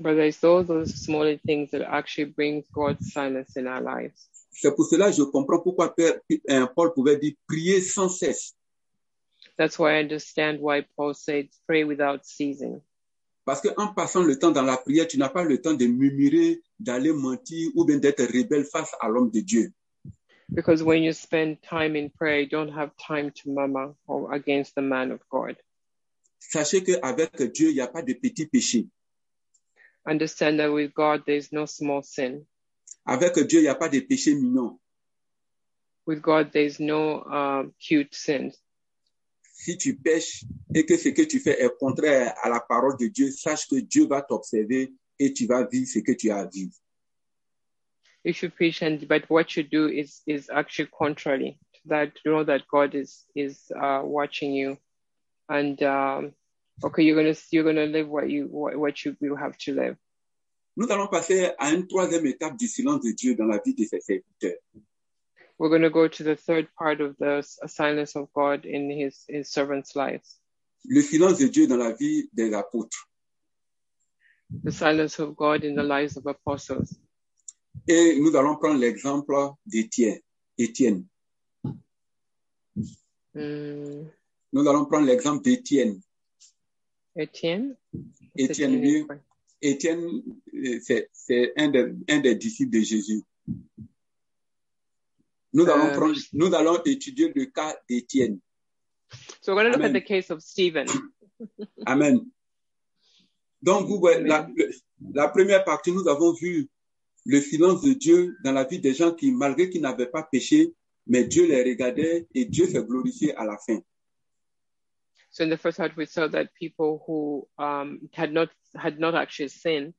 S2: Brother, it's all those smaller things that actually brings God's silence in our lives.
S1: C'est pour cela que je comprends pourquoi Père- euh, Paul pouvait dire prier sans cesse.
S2: That's why I understand why Paul said, pray without ceasing.
S1: Parce qu'en passant le temps dans la prière, tu n'as pas le temps de murmurer, d'aller mentir ou bien d'être rebelle face à l'homme de Dieu.
S2: Because when you spend time in prayer, you don't have time to murmur or against the man of God.
S1: Sachez qu'avec Dieu, il n'y a pas de petit péché.
S2: Understand that with God, there's no small sin.
S1: Avec Dieu, il n'y a pas de péché mignon.
S2: With God, there's no um, cute sins.
S1: Si tu pêches et que ce que tu fais est contraire à la parole de Dieu, sache que Dieu va t'observer et tu vas vivre ce que tu as à vivre.
S2: If you preach, and but what you do is is actually contrary to that. You know that God is is uh, watching you, and um, okay, you're gonna you're gonna live what you what, what you you have to live.
S1: Nous allons passer à une troisième étape du silence de Dieu dans la vie de ses serviteurs.
S2: We're gonna go to the third part of the s- silence of God in His His servants' lives.
S1: Le silence de Dieu dans la vie des apôtres.
S2: The silence of God in the lives of apostles.
S1: Et nous allons prendre l'exemple d'Étienne. Étienne.
S2: Mm,
S1: Nous allons prendre l'exemple d'Étienne.
S2: Etienne.
S1: Étienne, lui, Étienne, euh, c'est, c'est un, des, un des disciples de Jésus. Nous
S2: Euh,
S1: allons, prendre- nous allons étudier le cas d'Étienne.
S2: So we're gonna look
S1: Amen.
S2: at the case of Stephen.
S1: Amen. Donc, vous voyez, la, le- la première partie, nous avons vu le silence de Dieu dans la vie des gens qui, malgré qu'ils n'avaient pas péché, mais Dieu les regardait et Dieu s'est glorifié à la fin.
S2: So in the first part, we saw that people who um, had not had not actually sinned,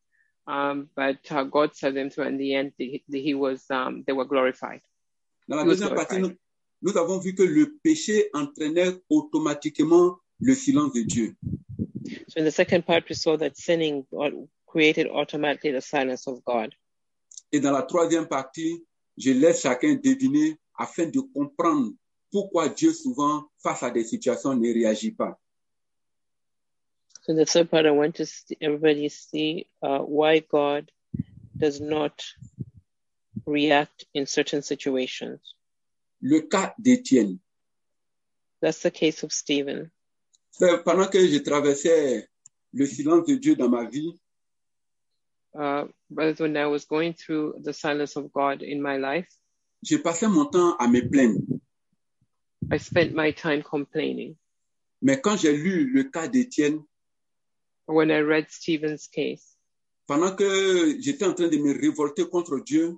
S2: um, but uh, God saved them through. In the end, the, the, he was um, they were glorified.
S1: Dans la
S2: Nous
S1: deuxième
S2: glorified.
S1: partie, nous, nous avons vu que le péché entraînait automatiquement le silence de Dieu.
S2: So in the second part, we saw that sinning au- created automatically the silence of God.
S1: Et dans la troisième partie, je laisse chacun deviner afin de comprendre pourquoi Dieu, souvent, face à des situations, ne réagit pas.
S2: So in the third part, I want to see, everybody see uh, why God does not react in certain situations.
S1: Le cas d'Étienne.
S2: That's the case of Stephen.
S1: Frère, pendant que je traversais le silence de Dieu dans ma vie,
S2: Uh, brothers, when I was going through the silence of God in my life,
S1: je passais mon temps à me plaindre.
S2: I spent my time complaining.
S1: Mais quand j'ai lu le cas d'Étienne,
S2: When I read Stephen's case,
S1: pendant que j'étais en train de me révolter contre Dieu,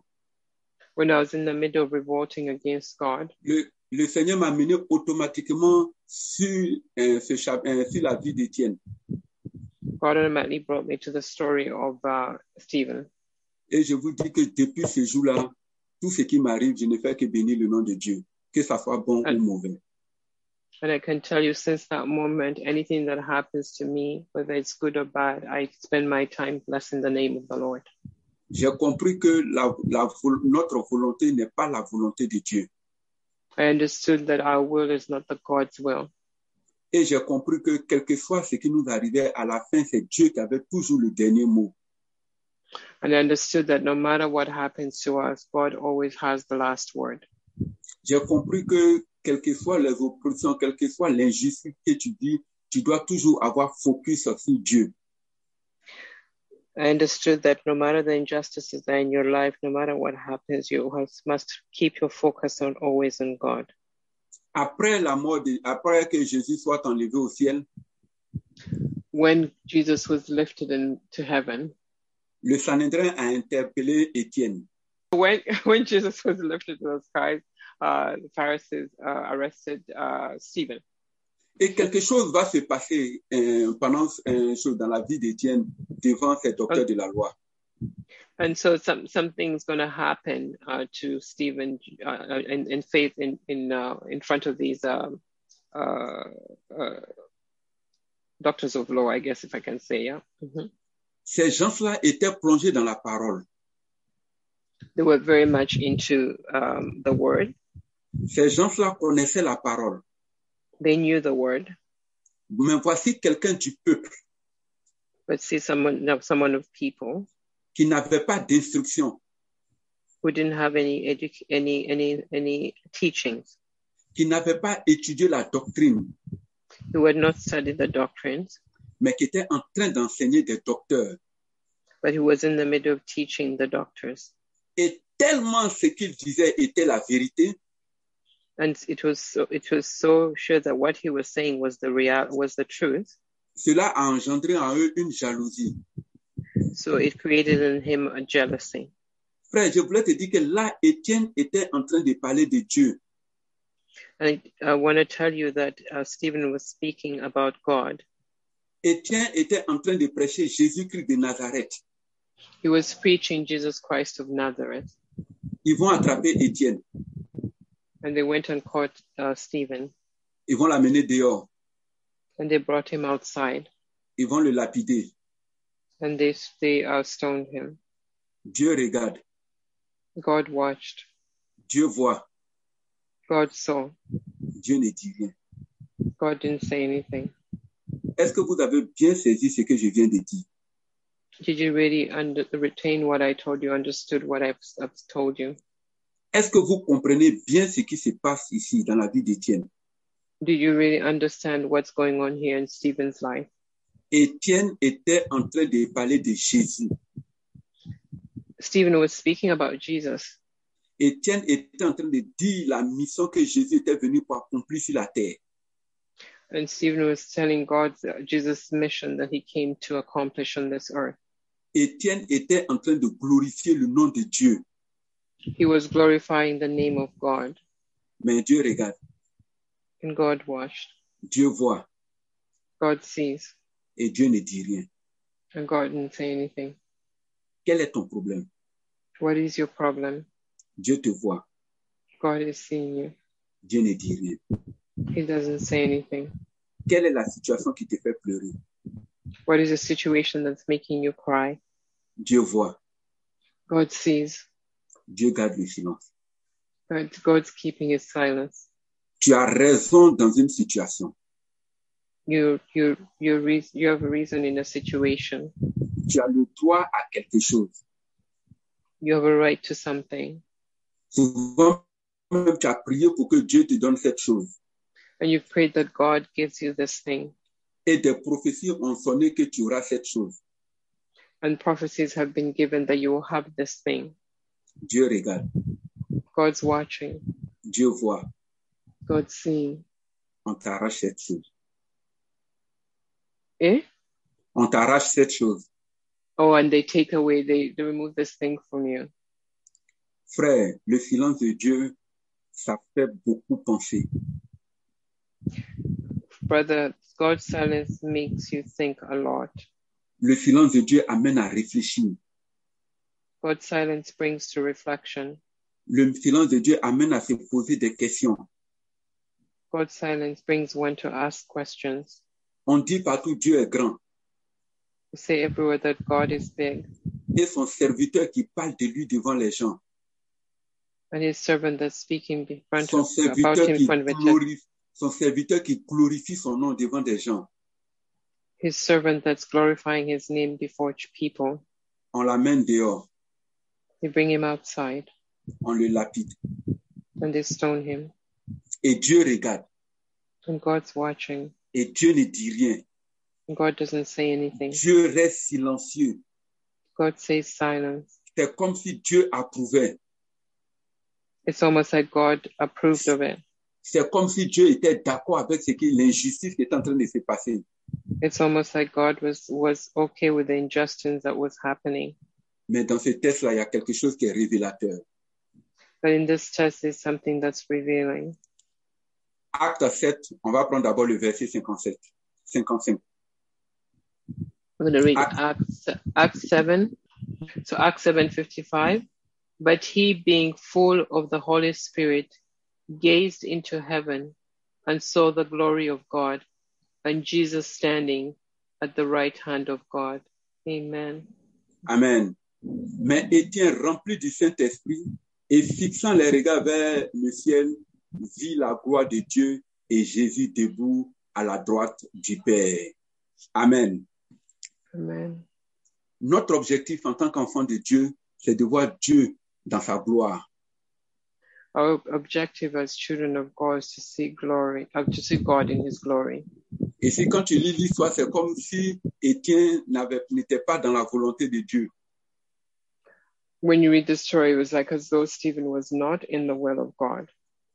S2: when I was in the middle of revolting against God,
S1: le, le Seigneur m'a mené automatiquement sur, euh, ce cha- euh, sur la vie d'Étienne.
S2: God automatically brought me to the story of uh, Stephen.
S1: Et je vous dis que depuis ce jour-là, tout ce qui m'arrive, je ne fais que bénir le nom de Dieu, que ça soit bon ou
S2: Amen.
S1: mauvais.
S2: And I can tell you since that moment, anything that happens to me, whether it's good or bad, I spend my time blessing the name of the Lord.
S1: J'ai compris que la- la vol- notre volonté n'est pas la volonté de Dieu.
S2: I understood that our will is not the God's will.
S1: Et j'ai compris que quel que soit ce qui nous arrivait à la fin, c'est Dieu qui avait toujours le dernier mot.
S2: And I understood that no matter what happens to us, God always has the last word.
S1: J'ai compris que quelles que soient les oppressions, quelle que soit l'injustice que tu dis, tu dois toujours avoir focus sur Dieu.
S2: I understood that no matter the injustices that are in your life, no matter what happens, you always must keep your focus on always on God.
S1: Après la mort, de- après que Jésus soit enlevé au ciel,
S2: When Jesus was lifted into heaven,
S1: le Sanhédrin a interpellé Étienne.
S2: when when Jesus was lifted to the skies, uh, the Pharisees uh, arrested uh, Stephen,
S1: Et quelque chose va se passer euh, pendant un jour dans la vie d'Étienne devant ces docteurs de la loi.
S2: and so some something's going to happen uh, to Stephen uh, in, in faith in in uh, in front of these um, uh, uh, doctors of law, I guess if I can say, yeah. Mhm.
S1: Ces gens-là étaient plongés dans la parole.
S2: They were very much into um, the word.
S1: Ces gens-là connaissaient la parole.
S2: They knew the word,
S1: Mais voici quelqu'un du peuple
S2: but see, someone, no, someone of people
S1: qui n'avait pas d'instruction,
S2: who didn't have any edu- any any any teachings,
S1: qui n'avait pas étudié la doctrine,
S2: who had not studied the doctrines,
S1: mais qui était en train d'enseigner des docteurs.
S2: but who was in the middle of teaching the doctors.
S1: Et tellement ce qu'il disait était la vérité
S2: And it was so, it was so sure that what he was saying was the real was the truth.
S1: Cela a engendré en eux une jalousie.
S2: So it created in him a jealousy.
S1: Frère, je voulais te dire que là, Étienne était en train de parler de Dieu.
S2: And I, I want to tell you that uh, Stephen was speaking about God.
S1: Étienne était en train de prêcher Jésus-Christ de Nazareth.
S2: He was preaching Jesus Christ of Nazareth,
S1: Ils vont attraper Étienne.
S2: and they went and caught uh, Stephen,
S1: Ils vont l'amener dehors.
S2: and they brought him outside,
S1: Ils vont le lapider.
S2: and they they uh, stoned him.
S1: Dieu regarde.
S2: God watched.
S1: Dieu voit.
S2: God saw.
S1: Dieu ne dit rien.
S2: God didn't say anything.
S1: Est-ce que vous avez bien saisi ce que je viens de dire?
S2: Did you really under, retain what I told you? Understood what I've, I've told you?
S1: Est-ce que vous comprenez bien ce qui se passe ici dans la vie d'Étienne?
S2: Do you really understand what's going on here in Stephen's life?
S1: Étienne était en train de parler de Jésus.
S2: Stephen was speaking about Jesus.
S1: Étienne était en train de dire la mission que Jésus était venu pour accomplir sur la terre.
S2: And Stephen was telling God uh, Jesus' mission that he came to accomplish on this earth.
S1: Étienne était en train de glorifier le nom de Dieu.
S2: He was glorifying the name of God,
S1: Mais Dieu regarde,
S2: and God watched.
S1: Dieu voit
S2: God sees,
S1: et Dieu ne dit rien.
S2: and God didn't say anything.
S1: Quel est ton problème?
S2: What is your problem?
S1: Dieu te voit,
S2: God is seeing you.
S1: Dieu ne dit rien.
S2: He doesn't say anything.
S1: Quelle est la situation qui te fait pleurer?
S2: What is the situation that's making you cry?
S1: Dieu voit,
S2: God sees.
S1: Dieu garde le silence.
S2: God, God's keeping his silence.
S1: Tu as raison dans une situation.
S2: You, you, you, re- you have a reason in a situation.
S1: Tu as le droit à quelque chose.
S2: You have a right to something.
S1: Souvent, même tu as prié pour que Dieu te donne cette chose.
S2: And you've prayed that God gives you this thing.
S1: Et des prophéties ont sonné que tu auras cette chose.
S2: And prophecies have been given that you will have this thing.
S1: Dieu regarde,
S2: God's watching.
S1: Dieu voit,
S2: God's seeing.
S1: on t'arrache cette chose.
S2: Eh?
S1: On t'arrache cette chose.
S2: Oh, and they take away, they, they remove this thing from you.
S1: Frère, le silence de Dieu, ça fait beaucoup penser.
S2: Brother, God's silence makes you think a lot.
S1: Le silence de Dieu amène à réfléchir.
S2: God's silence brings to reflection.
S1: Le silence de Dieu amène à se poser des questions.
S2: God's silence brings one to ask questions.
S1: On dit partout Dieu est grand
S2: We say everywhere that God is big
S1: et son serviteur qui parle de lui devant les gens.
S2: and his servant that's speaking in front
S1: Son
S2: of, about
S1: serviteur
S2: him in
S1: qui
S2: front of his,
S1: glorifie, son serviteur qui glorifie son nom devant des gens.
S2: his servant that's glorifying his name before people.
S1: On l'amène dehors,
S2: They bring him outside
S1: on le lapide
S2: and they stone him.
S1: et Dieu regarde
S2: And God's watching.
S1: et Dieu ne dit rien.
S2: And God doesn't say anything.
S1: Dieu reste silencieux.
S2: God says silence.
S1: C'est comme si Dieu approuvait.
S2: It's almost like God approved of it.
S1: C'est comme si Dieu était d'accord avec ce qui l'injustice qui est en train de se passer.
S2: It's almost like God was, was okay with the injustice that was happening.
S1: Mais dans ce texte-là, il y a quelque chose qui est révélateur.
S2: But in this test is something that's revealing.
S1: Acte 7, on va prendre d'abord le verset 57. 55.
S2: I'm going to read
S1: Act-
S2: Acts, Acts 7. So Acts 7:55. But he, being full of the Holy Spirit, gazed into heaven and saw the glory of God and Jesus standing at the right hand of God. Amen.
S1: Amen. Mais Étienne, rempli du Saint-Esprit et fixant les regards vers le ciel, vit la gloire de Dieu et Jésus debout à la droite du Père. Amen.
S2: Amen.
S1: Notre objectif en tant qu'enfant de Dieu, c'est de voir Dieu dans sa gloire.
S2: Our objective as children of God is to see glory, uh, to see God in His glory.
S1: Et si quand tu lis l'histoire, c'est comme si Étienne n'avait- n'était pas dans la volonté de Dieu.
S2: When you read the story, it was like as though Stephen was not in the will of God.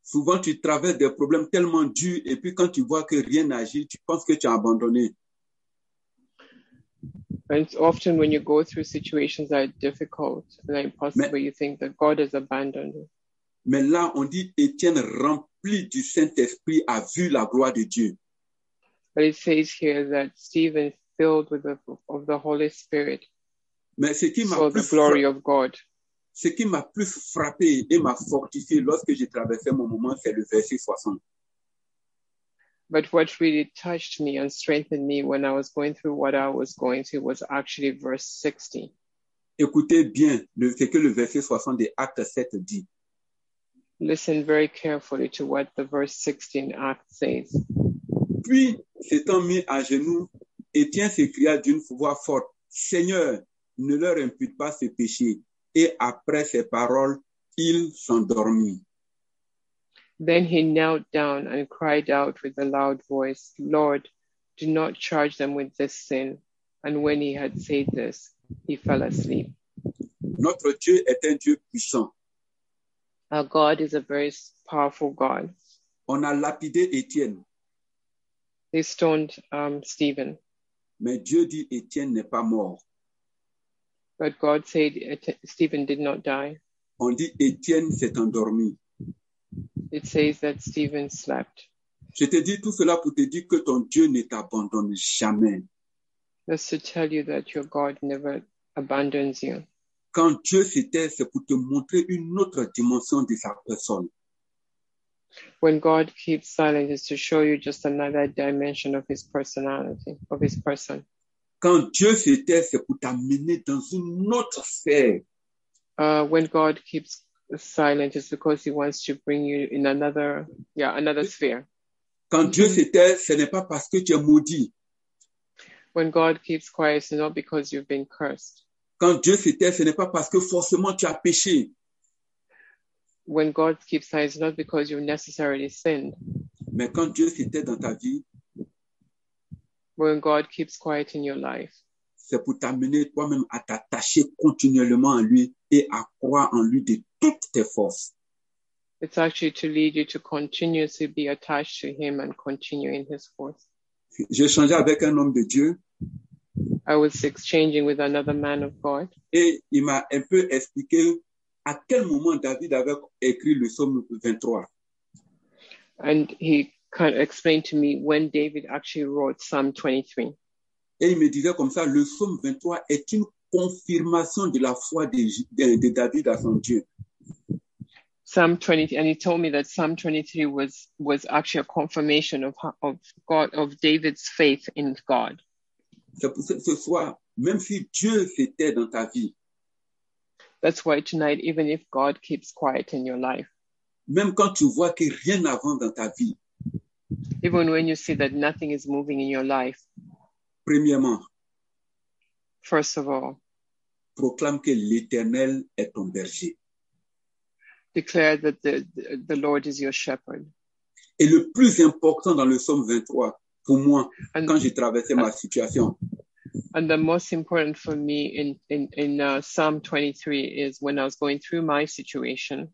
S1: Souvent, tu traverses des problèmes tellement durs et puis quand tu vois que rien n'agit, tu penses que tu as abandonné.
S2: And it's often when you go through situations that are difficult and are impossible, you think that God has abandoned you.
S1: Mais là, on dit Étienne rempli du Saint-Esprit a vu la gloire de Dieu.
S2: But it says here that Stephen, filled with the of the Holy Spirit,
S1: Mais ce qui m'a
S2: saw the
S1: plus,
S2: glory
S1: fra-
S2: of God.
S1: ce qui m'a plus frappé et m'a fortifié lorsque j'ai traversé mon moment, c'est le verset 60.
S2: But what really touched me and strengthened me when I was going through what I was going through was actually verse 60.
S1: Écoutez bien le- ce que le verset 60 de Acte 7 dit.
S2: Listen very carefully to what the verse 16 act says.
S1: Puis, s'étant mis à genoux, Étienne s'écria d'une voix forte, Seigneur, ne leur impute pas ce péché. Et après ces paroles, il s'endormit.
S2: Then he knelt down and cried out with a loud voice, Lord, do not charge them with this sin. And when he had said this, he fell asleep.
S1: Notre Dieu est un Dieu puissant.
S2: Our God is a very powerful God.
S1: On a lapidé Étienne,
S2: They stoned um, Stephen,
S1: mais Dieu dit Étienne n'est pas mort.
S2: but God said "Et- Stephen did not die.
S1: On dit Étienne s'est endormi.
S2: It says that Stephen slept.
S1: Je te dis tout cela pour te dire que ton Dieu ne t'abandonne jamais.
S2: That's to tell you that your God never abandons you.
S1: Quand Dieu s'était, c'est pour te montrer une autre dimension de sa personne.
S2: When God keeps silent, it's to show you just another dimension of his personality, of his person.
S1: Quand Dieu s'était, c'est pour t'amener dans une autre sphère.
S2: Uh, when God keeps silent, it's because he wants to bring you in another, yeah, another sphere.
S1: Quand
S2: Mhm.
S1: Dieu s'était, ce n'est pas parce que tu es maudit.
S2: When God keeps quiet, it's not because you've been cursed.
S1: Quand Dieu s'était, ce n'est pas parce que forcément tu as péché.
S2: When God keeps silent, it's not because you've necessarily sinned.
S1: Mais quand Dieu s'était dans ta vie,
S2: When God keeps quiet in your life,
S1: c'est pour t'amener toi-même à t'attacher continuellement à lui et à croire en lui de toutes tes forces.
S2: it's actually to lead you to continuously be attached to him and continue in his force.
S1: J'ai changé avec un homme de Dieu
S2: I was exchanging with another man of God,
S1: et il m'a un peu expliqué à quel moment David avait écrit le psaume 23.
S2: and he kind of explained to me when David actually wrote Psalm 23.
S1: Et il me disait comme ça, le psaume 23 est une confirmation de la foi de, de- de David à son Dieu.
S2: Psalm 20, and he told me that Psalm 23 was was actually a confirmation of ho- of God of David's faith in God.
S1: C'est pour ça que ce soir, même si Dieu s'était dans ta vie,
S2: That's why tonight, even if God keeps quiet in your life,
S1: même quand tu vois que rien n'avance dans ta vie,
S2: even when you see that nothing is moving in your life,
S1: premièrement,
S2: first of all,
S1: proclame que l'Éternel est ton berger.
S2: declare that the the, the Lord is your shepherd.
S1: Et le plus important dans le psaume 23, pour moi,
S2: And
S1: quand j'ai traversé ma situation,
S2: And the most important for me in in in uh, Psalm 23 is when I was going through my situation.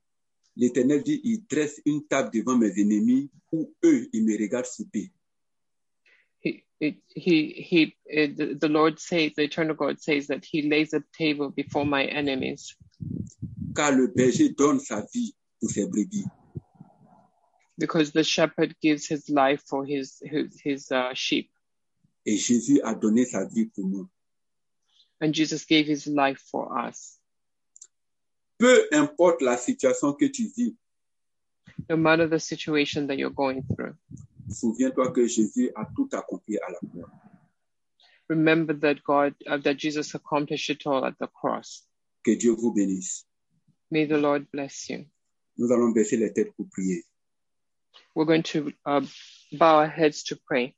S1: l'Éternel dit, il dresse une table devant mes ennemis où eux, ils me regardent souper.
S2: He it, he he it, the- the Lord says the eternal God says that He lays a table before my enemies
S1: Car le berger donne sa vie pour ses brebis.
S2: because the shepherd gives his life for his his his uh, sheep,
S1: Et Jésus a donné sa vie pour moi.
S2: and Jesus gave His life for us.
S1: Peu importe la situation que tu vis,
S2: No matter the situation that you're going through,
S1: souviens-toi que Jésus a tout accompli à la croix.
S2: remember that God uh, that Jesus accomplished it all at the cross.
S1: Que Dieu vous bénisse.
S2: May the Lord bless you.
S1: Nous allons baisser les têtes pour prier.
S2: We're going to uh, bow our heads to pray.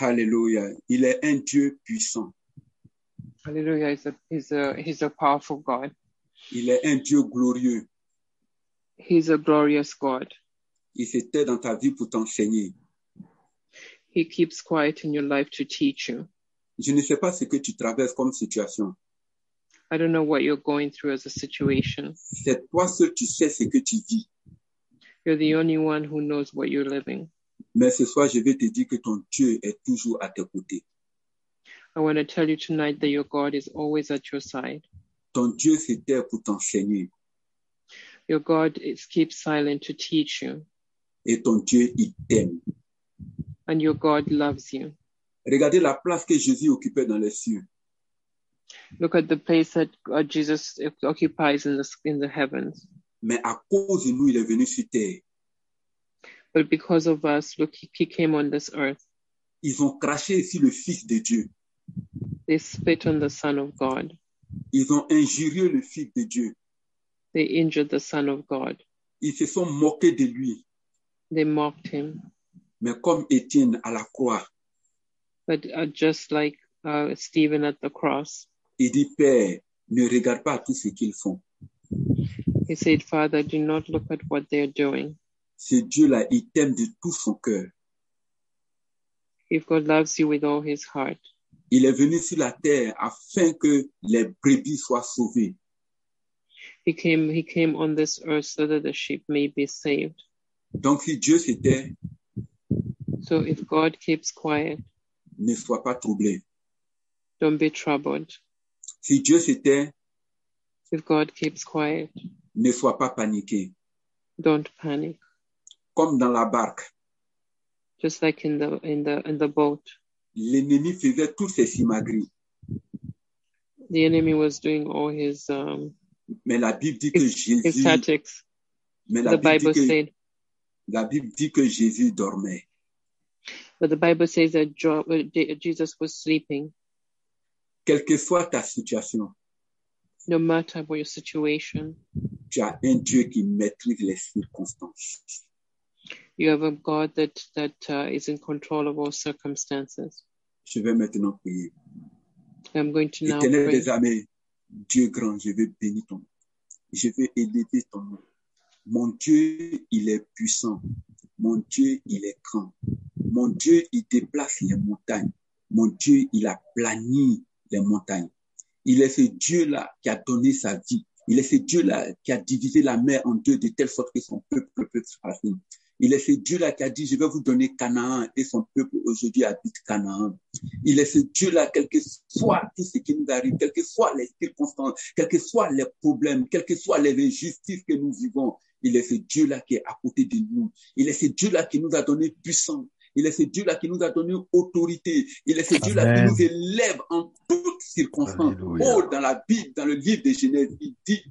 S1: Alléluia. Il est un Dieu puissant.
S2: Hallelujah. He's a, he's a, he's a powerful God.
S1: Il est un Dieu glorieux.
S2: He's a glorious God.
S1: Il s'était dans ta vie pour t'enseigner.
S2: He keeps quiet in your life to teach you.
S1: Je ne sais pas ce que tu traverses comme situation.
S2: I don't know what you're going through as a situation.
S1: C'est toi seul qui sais ce que tu vis.
S2: You're the only one who knows what you're living.
S1: Mais ce soir, je vais te dire que ton Dieu est toujours à tes côtés.
S2: I want to tell you tonight that your God is always at your side.
S1: Ton Dieu s'était pour t'enseigner.
S2: Your God is keeps silent to teach you,
S1: Et ton Dieu, il t'aime.
S2: and your God loves you.
S1: Regardez la place que Jésus occupait dans les cieux.
S2: Look at the place that uh, Jesus occupies in the in the heavens.
S1: Mais à cause de nous, il est venu sur terre.
S2: But because of us, look, he, he came on this earth.
S1: Ils ont craché sur le Fils de Dieu.
S2: They spit on the Son of God.
S1: Ils ont injurié le Fils de Dieu.
S2: They injured the Son of God.
S1: Ils se sont moqués de lui.
S2: They mocked him.
S1: Mais comme Étienne à la croix,
S2: But uh, just like uh, Stephen at the cross,
S1: il dit, Père, ne regarde pas tout ce qu'ils font.
S2: he said, Father, do not look at what they're doing.
S1: Ce Dieu-là, il t'aime de tout son cœur.
S2: If God loves you with all his heart,
S1: Il est venu sur la terre afin que les brebis soient sauvées.
S2: he came, he came on this earth so that the sheep may be saved.
S1: Donc si Dieu s'était,
S2: So if God keeps quiet,
S1: ne sois pas troublé.
S2: don't be troubled.
S1: Si Dieu s'était,
S2: If God keeps quiet,
S1: ne sois pas paniqué.
S2: don't panic.
S1: Comme dans la barque,
S2: Just like in the in the in the boat,
S1: l'ennemi faisait tous ses simagrées.
S2: the enemy was doing all his um
S1: Mais la Bible dit que
S2: his
S1: Jésus,
S2: tactics.
S1: mais la
S2: The
S1: Bible,
S2: Bible
S1: dit que,
S2: said,
S1: la Bible dit que Jésus dormait.
S2: but the Bible says that Jo- uh, Je- Jesus was sleeping.
S1: Quelle que soit ta situation,
S2: No matter what your situation,
S1: tu as un Dieu qui maîtrise les circonstances.
S2: you have a God that that uh, is in control of all circumstances.
S1: Je vais maintenant prier.
S2: I'm going to now
S1: Éternel
S2: pray.
S1: des armées, Dieu grand, je veux bénir ton nom. Je veux élever ton nom. Mon Dieu, il est puissant. Mon Dieu, il est grand. Mon Dieu, il déplace les montagnes. Mon Dieu, il a plani les montagnes. Il est ce Dieu-là qui a donné sa vie. Il est ce Dieu-là qui a divisé la mer en deux de telle sorte que son peuple peut se passer. Il est ce Dieu-là qui a dit, je vais vous donner Canaan et son peuple aujourd'hui habite Canaan. Il est ce Dieu-là, quel que soit tout ce qui nous arrive, quelles que soient les circonstances, quels que soient les problèmes, quelles que soient les injustices que nous vivons, il est ce Dieu-là qui est à côté de nous. Il est ce Dieu-là qui nous a donné puissance. Il est ce Dieu-là qui nous a donné autorité. Il est ce Dieu-là qui
S3: Amen.
S1: nous élève en toutes circonstances.
S3: Alléluia.
S1: Oh, dans la Bible, dans le livre de Genèse, il dit,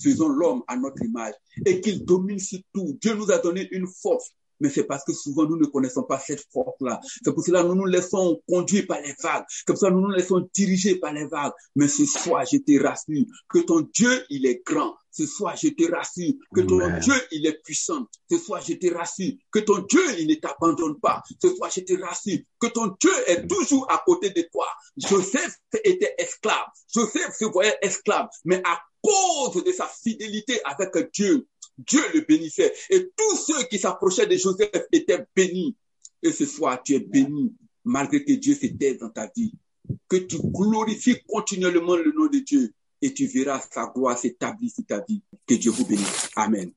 S1: faisons l'homme à notre image et qu'il domine sur tout. Dieu nous a donné une force. Mais c'est parce que souvent nous ne connaissons pas cette force-là. C'est pour cela que nous nous laissons conduire par les vagues. Comme ça, nous nous laissons diriger par les vagues. Mais ce soir, je te rassure que ton Dieu, il est grand. Ce soir, je te rassure que ton
S3: Amen.
S1: Dieu, il est puissant. Ce soir, je te rassure que ton Dieu, il ne t'abandonne pas. Ce soir, je te rassure que ton Dieu est toujours à côté de toi. Joseph était esclave. Joseph se voyait esclave. Mais à cause de sa fidélité avec Dieu, Dieu le bénissait. Et tous ceux qui s'approchaient de Joseph étaient bénis. Et ce soir, tu es béni, malgré que Dieu se taise dans ta vie. Que tu glorifies continuellement le nom de Dieu et tu verras sa gloire s'établir sur ta vie. Que Dieu vous bénisse. Amen.